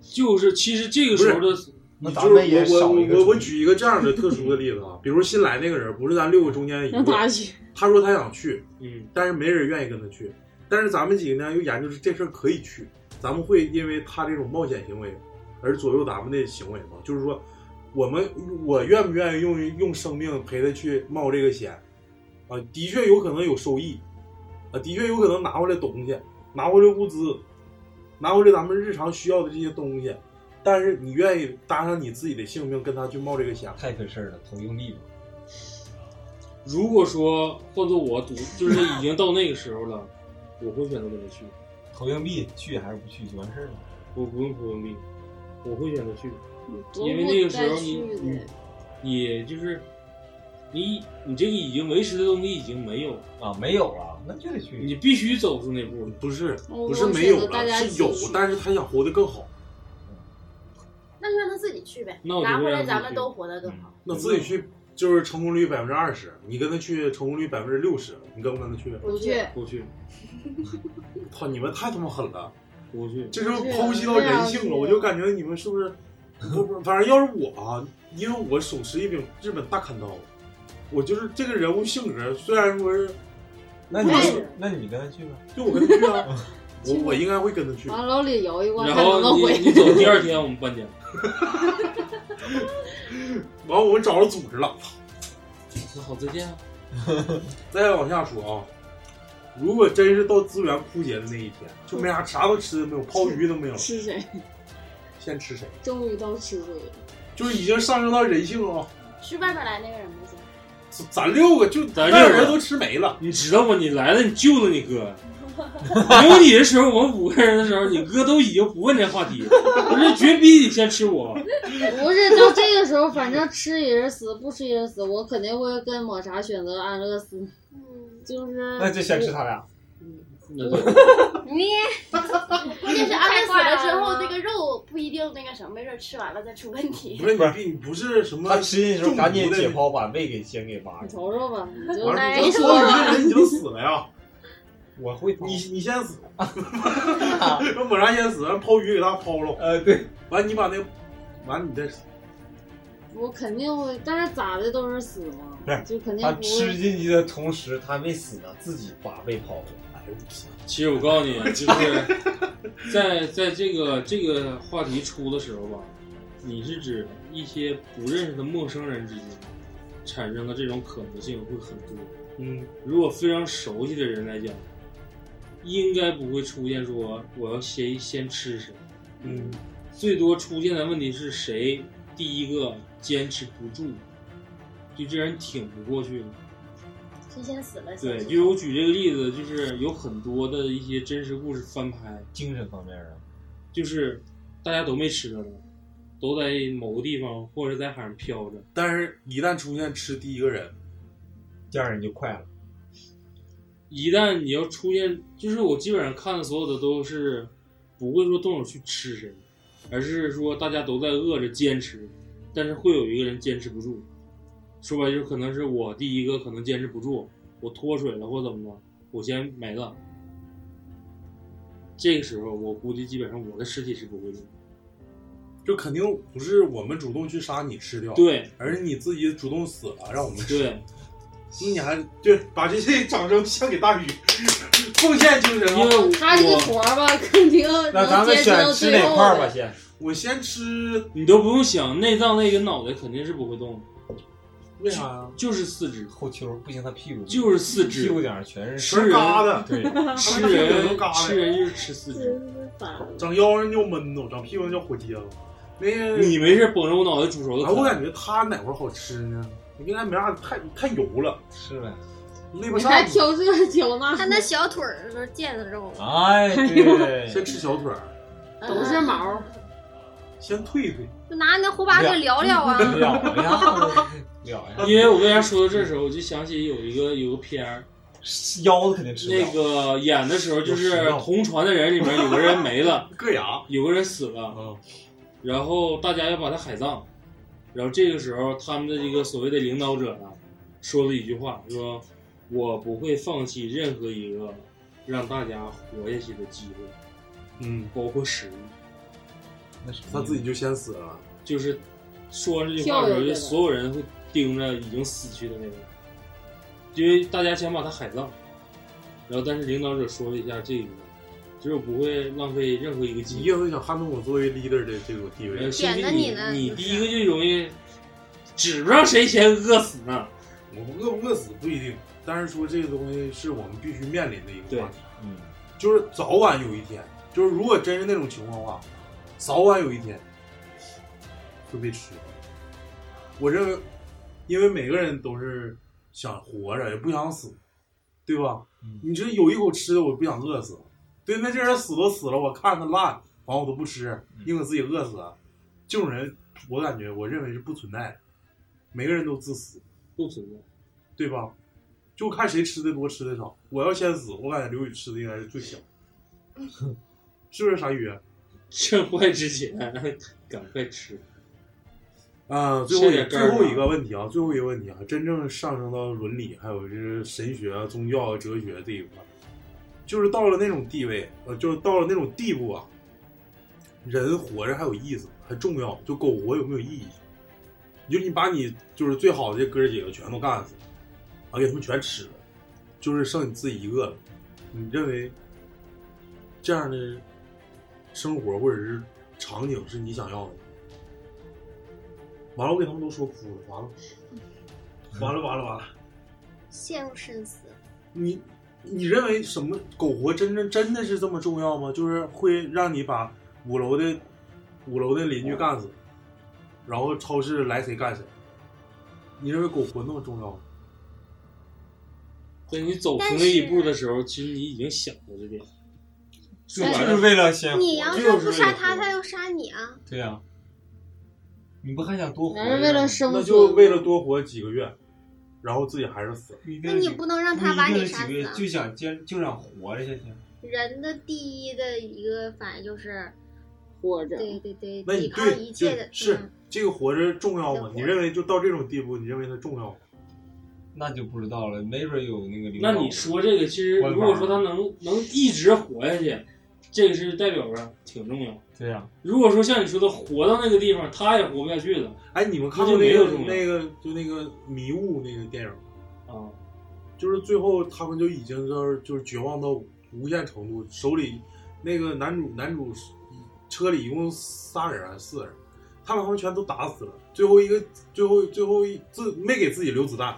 就是其实这个时候的
那
就
咱们也
是我
少
我
一个
我我
主
举一个这样的特殊的例子啊，比如新来那个人，不是咱六个中
<laughs>
间一
让他
个，
去，
他说他想去，
嗯，
但是没人愿意跟他去。但是咱们几个呢，又研究是这事儿可以去，咱们会因为他这种冒险行为而左右咱们的行为吗？就是说，我们我愿不愿意用用生命陪他去冒这个险？啊，的确有可能有收益，啊，的确有可能拿回来东西，拿回来物资，拿回来咱们日常需要的这些东西。但是你愿意搭上你自己的性命跟他去冒这个险吗？
太费事儿了，头用力吧。
如果说换做我赌，就是已经到那个时候了，我会选择跟他去，
投硬币去还是不去就完事儿了。
我不用投硬币，我会选择去。
多
因为
不
那个时
该
候你嗯
去
你
的
你就是你你这个已经维持的东西已经没有了，
啊，没有啊，那就得去。
你必须走出那步。
不是，
我
不是
哦我
没有
选择大
了，
家一
是
起
有
去，
但是他想活得更好，
那就让他自己去呗，
那我就
拿回
让
来
他
咱们
去嗯
都活得更好。
那自己去就是成功率百分之二十，你跟他去成功率百分之六十，你跟不跟他去？
不去，
不去，
操，你们太他妈狠了！
不去，
这时候剖析到人性了，我就感觉你们是 <laughs> 不是？不不，反正要是我啊，因为我手持一柄日本大砍刀，我就是这个人物性格，虽然说是
那你
不是
那你跟他去吧。
就我跟他去啊，我我应该会跟他去。
完老李摇一罐，
然
看能不
后
能
你你
回。
走第二天我们搬家，
完，我们找着组织了，
那好再见啊。
再往下说啊，如果真是到资源枯竭的那一天，就没啥啥都吃的没有，泡鱼都没有，
吃谁？
先吃谁？
终于到吃谁了？
就是已经上升到人性了啊。
是外边来那个人
<laughs>
不行，
咱咱六个就
咱
外
六个
边人都吃没了，
你知道吗？你来了，你救了你哥。没有你的时候，我们五个人的时候，你哥都已经不问这话题了，我是绝逼你先吃我。
不是，到这个时候，反正吃也是死，不吃也是死，我肯定会跟抹茶选择安乐死。嗯就是
那就先吃他俩。
那就
你
关键是安乐死了之后，
太坏了啊
那个肉不一定那个什么，没准吃完了再出问题
不。是你必你不是什么
他吃进去的时候赶紧解
中毒
剖，把胃给先给挖
你
了。
瞅瞅吧，你就
的。
来
完了，你所有一个人已经死了呀，
我会
你你先死，
啊
<laughs> 让抹茶先死，让泡鱼给他抛了，
呃，对，
完你把那，完你再死，
我肯定会，但是咋的都是死嘛
不是，
就肯定
他
不
吃
会。
进去的同时，他还没死呢，自己把胃抛了。哎呦我操！
其实我告诉你，就是 <laughs> 在在这个这个话题出的时候吧，你是指一些不认识的陌生人之间产生的这种可能性会很多。
嗯，
如果非常熟悉的人来讲，应该不会出现说我要先先吃谁，
嗯，
最多出现的问题是谁第一个坚持不住，就这人挺不过去了。
谁先死了？
对，
先
就是我举这个例子，就是有很多的一些真实故事翻拍，
精神方面啊，
就是大家都没吃的了，都在某个地方或者在海上漂着，
但是一旦出现吃第一个人，
这样人就快了。
一旦你要出现，就是我基本上看的所有的都是不会说动手去吃谁，而是说大家都在饿着坚持，但是会有一个人坚持不住。说白了就是可能是我第一个可能坚持不住，我脱水了或怎么的，我先没了。这个时候我估计基本上我的尸体是不会用，
就肯定不是我们主动去杀你吃掉，，
对
而是你自己主动死了，让我们吃。
对，
那你还对，把这些掌声献给大宇，奉献精神
因
啊！
为我
他这个活儿吧，肯定
那咱
能坚
们
持
选
到
吃
最
哪
后
块儿吧，
的。
先。
我先吃，
你都不用想，内脏那跟脑袋肯定是不会动的，
为啥呀？
就是四肢，
后丘不行，他屁股
就是四肢
屁股顶上全是
吃人
吃嘎的，
对，
吃
<laughs> 他们那有
人
能嘎的
吃人就是吃四肢。
真烦
长腰上叫闷头，长屁股上叫火疖子。那个，
你没事绷着我脑袋煮熟的
哎，我
啃，
感觉他哪块儿好吃呢？应该没啥，太太油了，
是呗？
内不
你还
上。
挑这挑那，
看他小腿儿都腱子肉，
哎，对，
<laughs> 先吃小腿儿，
都是毛。
先退退。
就拿那火把
对
给
啊
撩撩啊。
<laughs> 了呀，了呀，
因为我为啥说到这儿的时候，我就想起有一个有个片儿，
腰子肯定吃不了
那。个演的时候就
有
是
食道
同船的人里面有个人没了，
硌牙，
有个人死了，
嗯，
然后大家要把他海葬，然后这个时候他们的这个所谓的领导者呢，说了一句话，说我不会放弃任何一个让大家活下去的机会，嗯，包括食物。
那什么
他自己就先死了。
就是说完这句话的时
跳
候，
跃
就
的
所有人会盯着已经死去的那个人，因为大家想把他海葬。然后，但是领导者说了一下这个，就是我不会浪费任何一个
你
机
意
会。
思想撼动我作为 leader 的这种地
呃，
位？
甚至
点的
你
你呢
你
就是
第一个就容易指不上谁先饿死呢。
我们饿不饿死不一定，但是说这个东西是我们必须面临的一个话题。
嗯，
就是早晚有一天，就是如果真是那种情况的话，早晚有一天会被吃。我认为，因为每个人都是想活着，也不想死，对吧？
嗯
你这有一口吃的，我不想饿死。对，那这人死都死了，我看他烂，完我都不吃，
嗯
宁可自己饿死。啊这种人，我感觉我认为是不存在的，每个人都自私。
不存在。
对吧？就看谁吃的多，吃的少。我要先死，我感觉刘宇吃的应该是最香， <laughs> 是不是傻宇？
趁坏之前， <laughs> 赶快吃。
啊、最后
吃
一
点根
最
儿
后
吧
一个问题啊，最后一个问题啊，真正上升到伦理，还有就是神学啊、宗教啊、哲学这一块儿，就是到了那种地位，呃，就是到了那种地步啊，人活着还有意思，还重要，就苟活有没有意义？你就你把你就是最好的这哥儿几个全都干死，啊，给他们全吃了，就是剩你自己一个了，你认为这样的生活或者是场景是你想要的吗？完了，我给他们都说哭了，嗯完了，完了，完了，完了！
陷入深思。
你你认为什么苟活真正真的是这么重要吗？就是会让你把五楼的五楼的邻居干死，然后超市来谁干谁？你认为苟活那么重要吗？
在你走出那一步的时候，其实你已经想过这点，
就就是为了先活，
你要
就是
不杀他，他就杀你啊！
对呀、你不还想多活？
嗯还是为了生
那
存，
就为
嗯
了多活几个月，然后自己还是死了。
不一定
那你
是
不能让他把
不一
你
定是
杀
几个
死
月
啊！
就想坚就想活着下去。
人的第一的一个反应就是，
活着。
对对对，
那你
抵抗
对
一切的
对，是
嗯
这个活着重要吗
活？着
你认为就到这种地步，你认为它重要吗？
那就不知道了，没准有那个领导。
那你说这个，其实
官
如
方
果说他能能一直活下去，这个是代表着挺重要。
对啊呀、
如果说像你说的活到那个地方，他也活不下去了
哎，你们看
那就
过那
没有
个
重要
那个就那个迷雾那个电影吗？
啊，
就是最后他们就已经就是就是绝望到无限程度，手里那个男主男主车里一共仨人还是四人，他把他们全都打死了，最后一个最后最后一自没给自己留子弹，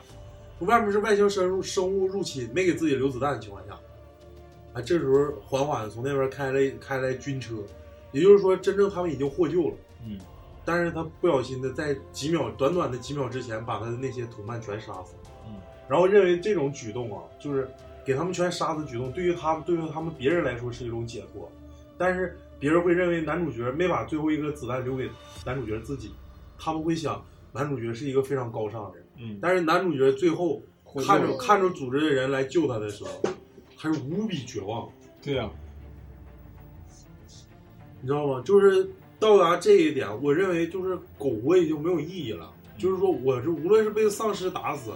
外面是外星生物生物入侵，没给自己留子弹的情况下，啊，这时候缓缓地从那边开来开来军车，也就是说真正他们已经获救了，
嗯，
但是他不小心的在几秒短短的几秒之前把他的那些同伴全杀死了。
嗯
然后认为这种举动啊，就是给他们全杀的举动，对于他们对于他们别人来说是一种解脱，但是别人会认为男主角没把最后一颗子弹留给男主角自己，他们会想男主角是一个非常高尚的人，
嗯，
但是男主角最后
获救
看
了
着看着组织的人来救他的时候，他是无比绝望的，
对
啊
呀、
你知道吗？就是到达这一点，我认为就是苟活已经没有意义了。就是说，我是无论是被丧尸打死，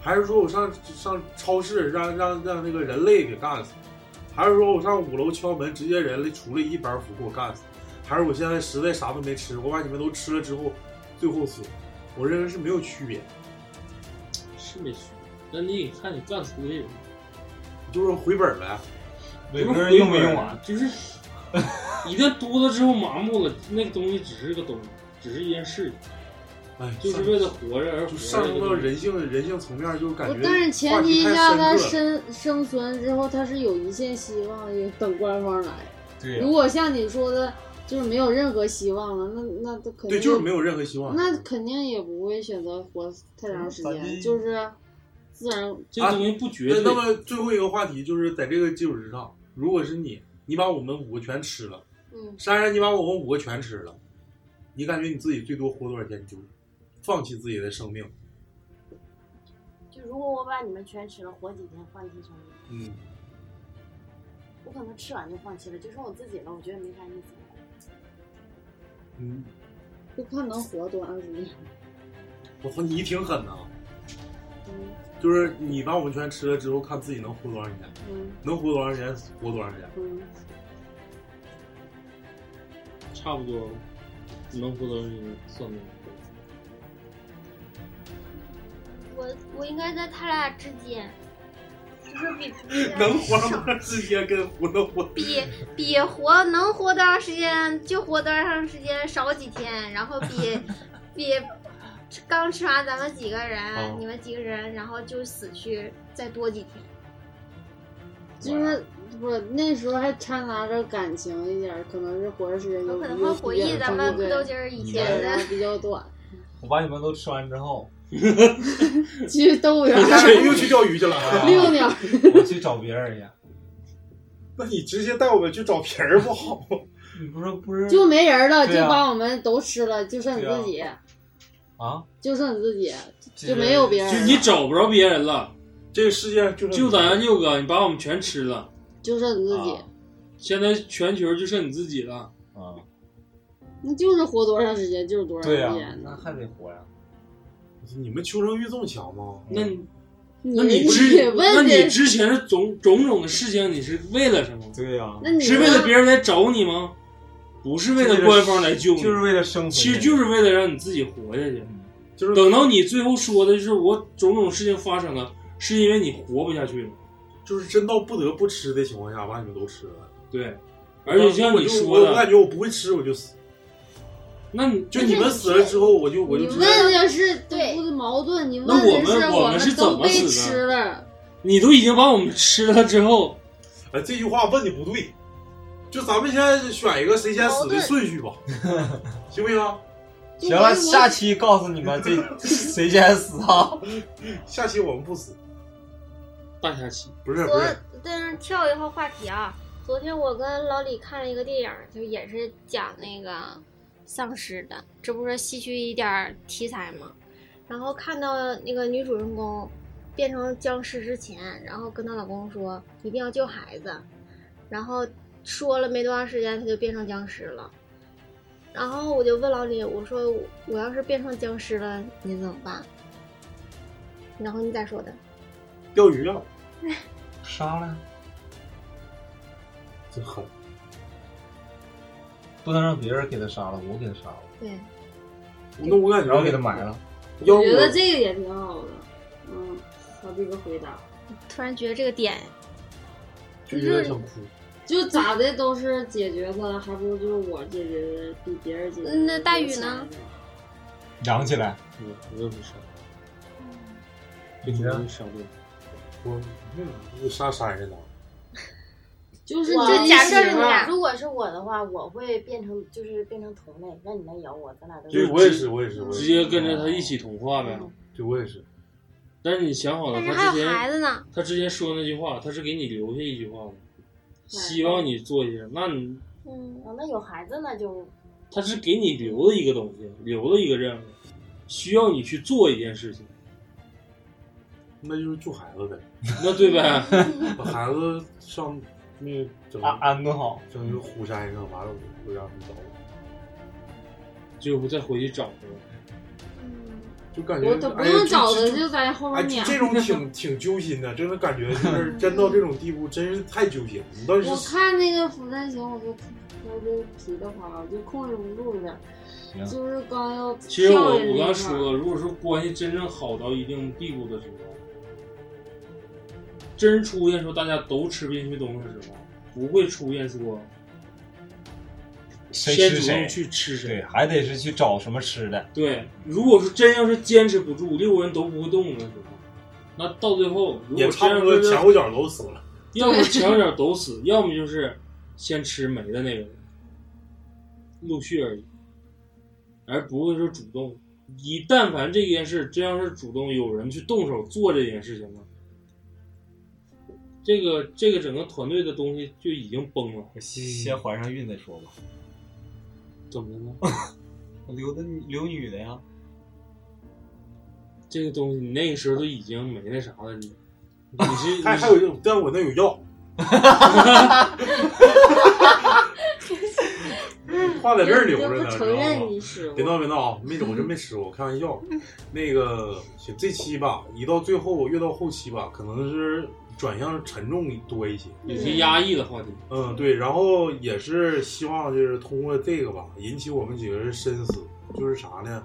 还是说我上上超市让让让那个人类给干死，还是说我上五楼敲门直接人类出来一板斧给我干死，还是我现在实在啥都没吃，我把你们都吃了之后，最后死，我认为是没有区别的。
是没区别。那你得看你干死多少人，
就是回本呗，
伟哥用没用
啊
完？
啊
<laughs>
就是一旦多了之后麻木了，那个东西只是个东西，只是一件事，
哎，
就是为了活着而活
就
着。
上升到人性人性层面，就是感
不
觉
但是
话
前
题
提
太
下，
深刻
他
了
生生存之后，他是有一线希望的，等官方来。
对呀、
如果像你说的，就是没有任何希望了，那那他肯定
对，就是没有任何希望。
那肯定也不会选择活太长时
咋地
间，就是自然
这个东西不绝
那
对。
啊那么最后一个话题就是在这个基础之上，如果是你，你把我们五个全吃了，
嗯，
珊珊，你把我们五个全吃了，你感觉你自己最多活多少天？你就放弃自己的生命，
就如果我把你们全吃了，活几天放弃生命，
嗯，
我可能吃完就放弃了，就剩我自己了，我觉得没啥意思了。
嗯，
就看能活多长时间。
我操，你挺狠呐！
嗯
就是你把我们全吃了之后，看自己能活多长时间，
嗯
能活多长时间活多长时间。
嗯，
差不多能活到你算命。
我我应该在他俩之间，就是比比
能活多长时间跟活能活，
比比活能活多长时间就活多长时间少几天，然后比比刚吃完咱们几个人，
哦
你们几个人，然后就死去再多几天。
就是不那时候还掺杂着感情一点儿，可能是活着时间
有
有
可能会回忆咱们
对
豆筋儿以
对
前的
比较短，
我把你们都吃完之后，
去动物园
但
儿
是又去钓鱼去了。 <laughs>
遛鸟
啊
儿。
啊我去找别人去。啊
那你直接带我们去找皮儿不好吗？
你不是不是
就没人了，就
对啊
把我们都吃了，就剩你自己，
啊？
就剩你自己，
这
就是没有
哎
别
就
人
你
了，
找不着别人了，
这个世界上就
就
咱
咱六个，你把我们全吃了，
就剩你自己，
啊
现在全球就剩你自己了。
啊，
那就是活多长时间就是多长
对
时
呀、
间
啊
那
呢。
还得活呀、
你们求生欲这么强吗？
那你
嗯你
那你
你
之那
问
你
的，
之前的种种种的事情，你是为了什么？
对呀、
那你
是为了别人来找你吗？不是为了官方来救你，
就是为了生存，
其实就是为了让你自己活下去。
嗯就是
等到你最后说的就是我种种事情发生了，是因为你活不下去了。
就是真到不得不吃的情况下，把你们都吃了。
对，而且像你说
我就我感
的，
觉我不会吃，我就死。
那你
就你们死了之后，我就我
你
就知道
问的是
对
不矛盾，你问
那我
的
们
是
我们
们
是怎
都
么
被
死的
吃了，
你都已经把我们吃了之后，
哎，这句话问的不对，就咱们先选一个谁先死的顺序吧，行啊不行？
行了，下期告诉你们这 <laughs> 谁先死啊？
下期我们不死，
大下期
不 <laughs> 是不
我
是，
但是跳一号话题啊，昨天我跟老李看了一个电影，就也是讲那个丧尸的，这不是吸取一点儿题材嘛。然后看到那个女主人公变成僵尸之前，然后跟她老公说一定要救孩子，然后说了没多长时间，她就变成僵尸了。然后我就问老李，我说我我要是变成僵尸了，你怎么办？然后你咋说的？
钓鱼啊，
杀了，
真狠，
不能让别人给他杀了，我给他杀了，
对，
那我感觉
然后给他埋了。
要
我
不
觉得这个也挺好的，嗯，他这个回答
突然觉得这个点
就有点想哭，
就咋的都是解决他，还不如就是我解决比别人解决。
那嗯大宇呢？
养起来，
我
嗯
我也不杀，
嗯
你
这
呢
东西杀不了。
我那杀山上了，
就是
我
这
假设是
你
你俩
如果是我的话，我会变成就是变成同类，让你来咬我，咱俩都
对，我也是，我也是，我也
直
是
接跟着他一起同化呗。
对，我也是，
但是你想好了，
嗯但是
呃他
还
之
有孩
前
子呢，
他之前说那句话，他是给你留下一句话的，希望你做一下。那你
嗯，
哦那有孩子那就
他是给你留了一个东西，留了一个任务，需要你去做一件
<laughs>
事情，
那就是救孩子呗，
那对呗？
把孩子上那整
安啊安顿好。
整一个虎山上，完了我我让他们找我，
就不再回去找他
就感
嗯
觉
我都不
哎呀
用
就
找
就
的，就在后
哎，
面
这
撵。
这种挺挺揪心的，真的感觉
<laughs>
就是真到这种地步，真是太揪心了。你到底
我
是
看那个《釜山行》，我就我就皮的花，我就控制不住了，
嗯行
就是刚要
其实我
跳下
我刚
那块
说了，
儿，
如果说关系真正好到一定地步的时候，真出现说大家都吃不进去东西的时候，不会出现说
谁
先
吃
主动
谁
去吃嗯谁
对，。啊还得是去找什么吃的。
对，如果是真要是坚持不住，六个人都不会动的时候，那到最后如
也
果
差
真
不
要
多前
是
后脚都死了，
<laughs> 要么前后脚都死，要么就是先吃没的那个人，陆续而已，而不会说主动。一但凡这件事真要是主动有人去动手做这件事情了，这个这个整个团队的东西就已经崩
<laughs>
了。
我先先怀上孕再说吧。
怎么了呢？
我留的女留女的呀，
这个东西你那个时候都已经没那啥了，你你是
还
你
还
是
有，一种，但我那有
<laughs>
<laughs> 药。话在这儿留着
就
呢，
不
知
承
道
认
吗？
你是
别闹别闹啊！没整，我真没吃过，我开玩笑。那个行，这期吧，一到最后越到后期吧，可能是转向沉重多一些。
有些压抑的话题。
嗯，对，然后也是希望就是通过这个吧，引起我们几个人深思，就是啥呢？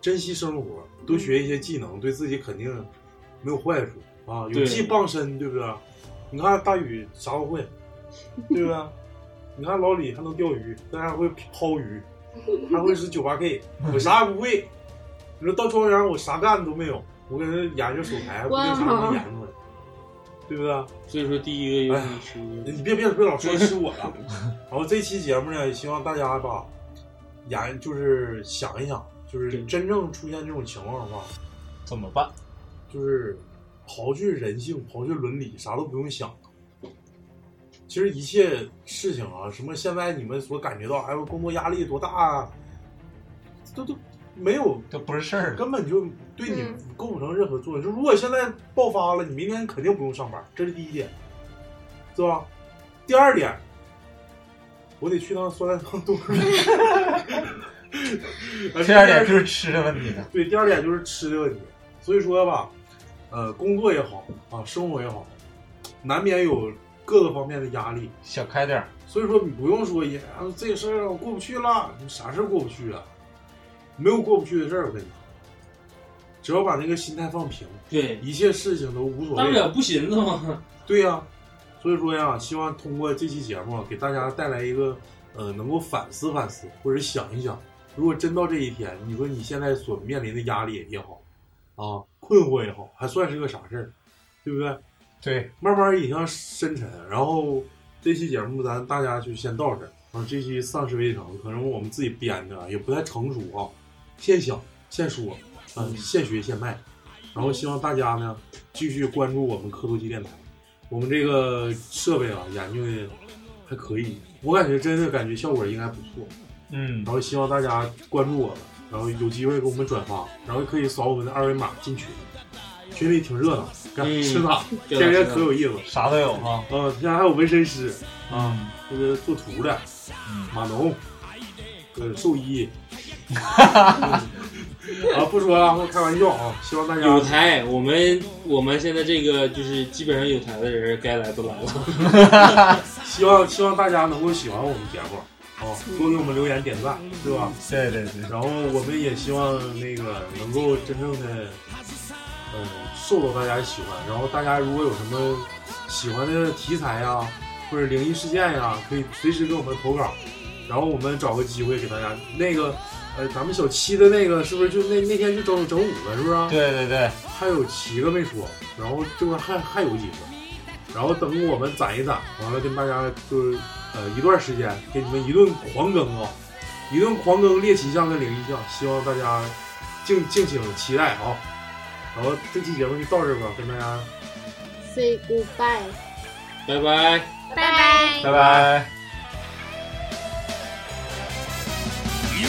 珍惜生活，多学一些技能，对自己肯定没有坏处啊。有
对
技傍身，对不对？你看大宇啥都会，对不对？你看老李还能钓鱼，咱还会抛鱼，还会使九八 K，我啥也不会。你说到庄园我啥干的都没有，我搁那研究手牌，不定啥能研出来，对不对？啊
所以说，第一个
哎
游戏是
你别别别老说是我了。然后这期节目呢，也希望大家吧，研就是想一想，就是
对
真正出现这种情况的话，
怎么办？
就是刨去人性，刨去伦理，啥都不用想。其实一切事情啊，什么现在你们所感觉到，还有工作压力多大啊，都都没有，
这不是事儿，啊
根本就对你构不成任何作用。就如果现在爆发了，你明天肯定不用上班，这是第一点，是吧？第二点，我得去趟酸菜汤东北。啊
<laughs> 第二点就是吃的问题了。
<laughs> 对，第二点就是吃的问题。所以说吧，呃，工作也好啊，生活也好，难免有各个方面的压力。
想开点儿，
所以说你不用说也啊这事儿我过不去了，你啥事儿过不去啊？没有过不去的事儿，我跟你讲，只要把那个心态放平，
对，
一切事情都无所
大不了
谓。啊
不寻思嘛。
对呀、所以说呀，希望通过这期节目啊给大家带来一个呃能够反思反思，或者想一想，如果真到这一天，你说你现在所面临的压力也好，啊困惑也好，还算是个啥事儿，对不对？
对，
慢慢引向深沉。然后这期节目咱大家就先到这儿。啊，这期丧尸围城可能我们自己编的，也不太成熟啊，现想现说，啊，现学现卖。然后希望大家呢继续关注我们科多机电台，我们这个设备啊研究的还可以，我感觉真的感觉效果应该不错。
嗯，
然后希望大家关注我们，然后有机会给我们转发，然后可以扫我们的二维码进群，群里挺热闹，干
嗯
吃的
对
天天
是的
可有意思。
啥都有哈。
啊，现在还有纹身师啊，
嗯
这个做图的
嗯，
码农，呃，兽医。 <laughs> 啊，不说了，我开玩笑啊，希望大家
有台，我们我们现在这个就是基本上有台的人该来都来了。 <laughs>
希望希望大家能够喜欢我们节目啊，多给我们留言点赞，对吧？
对对对，
然后我们也希望那个能够真正的，呃，受到大家喜欢。然后大家如果有什么喜欢的题材呀，或者灵异事件呀，可以随时给我们投稿，然后我们找个机会给大家那个。呃，咱们小七的那个是不是就那那天就整整五个是不是啊？
对对对，
还有七个没说，然后这块还还有几个，然后等我们攒一攒，完了跟大家就是呃一段时间给你们一顿狂更啊、一顿狂更猎奇项跟灵异项，希望大家敬敬请期待啊、然后这期节目就到这儿吧，跟大家
say goodbye。
拜拜。
拜拜
拜拜。
「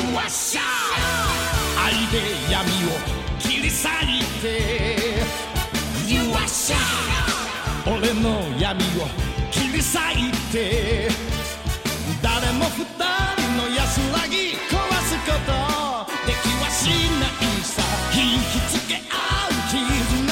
わっしゃー愛で闇を切り裂いて」「You わっしゃー俺の闇を切り裂いて」「誰も二人の安らぎ壊すことできはしないさ」「引きつけ合う絆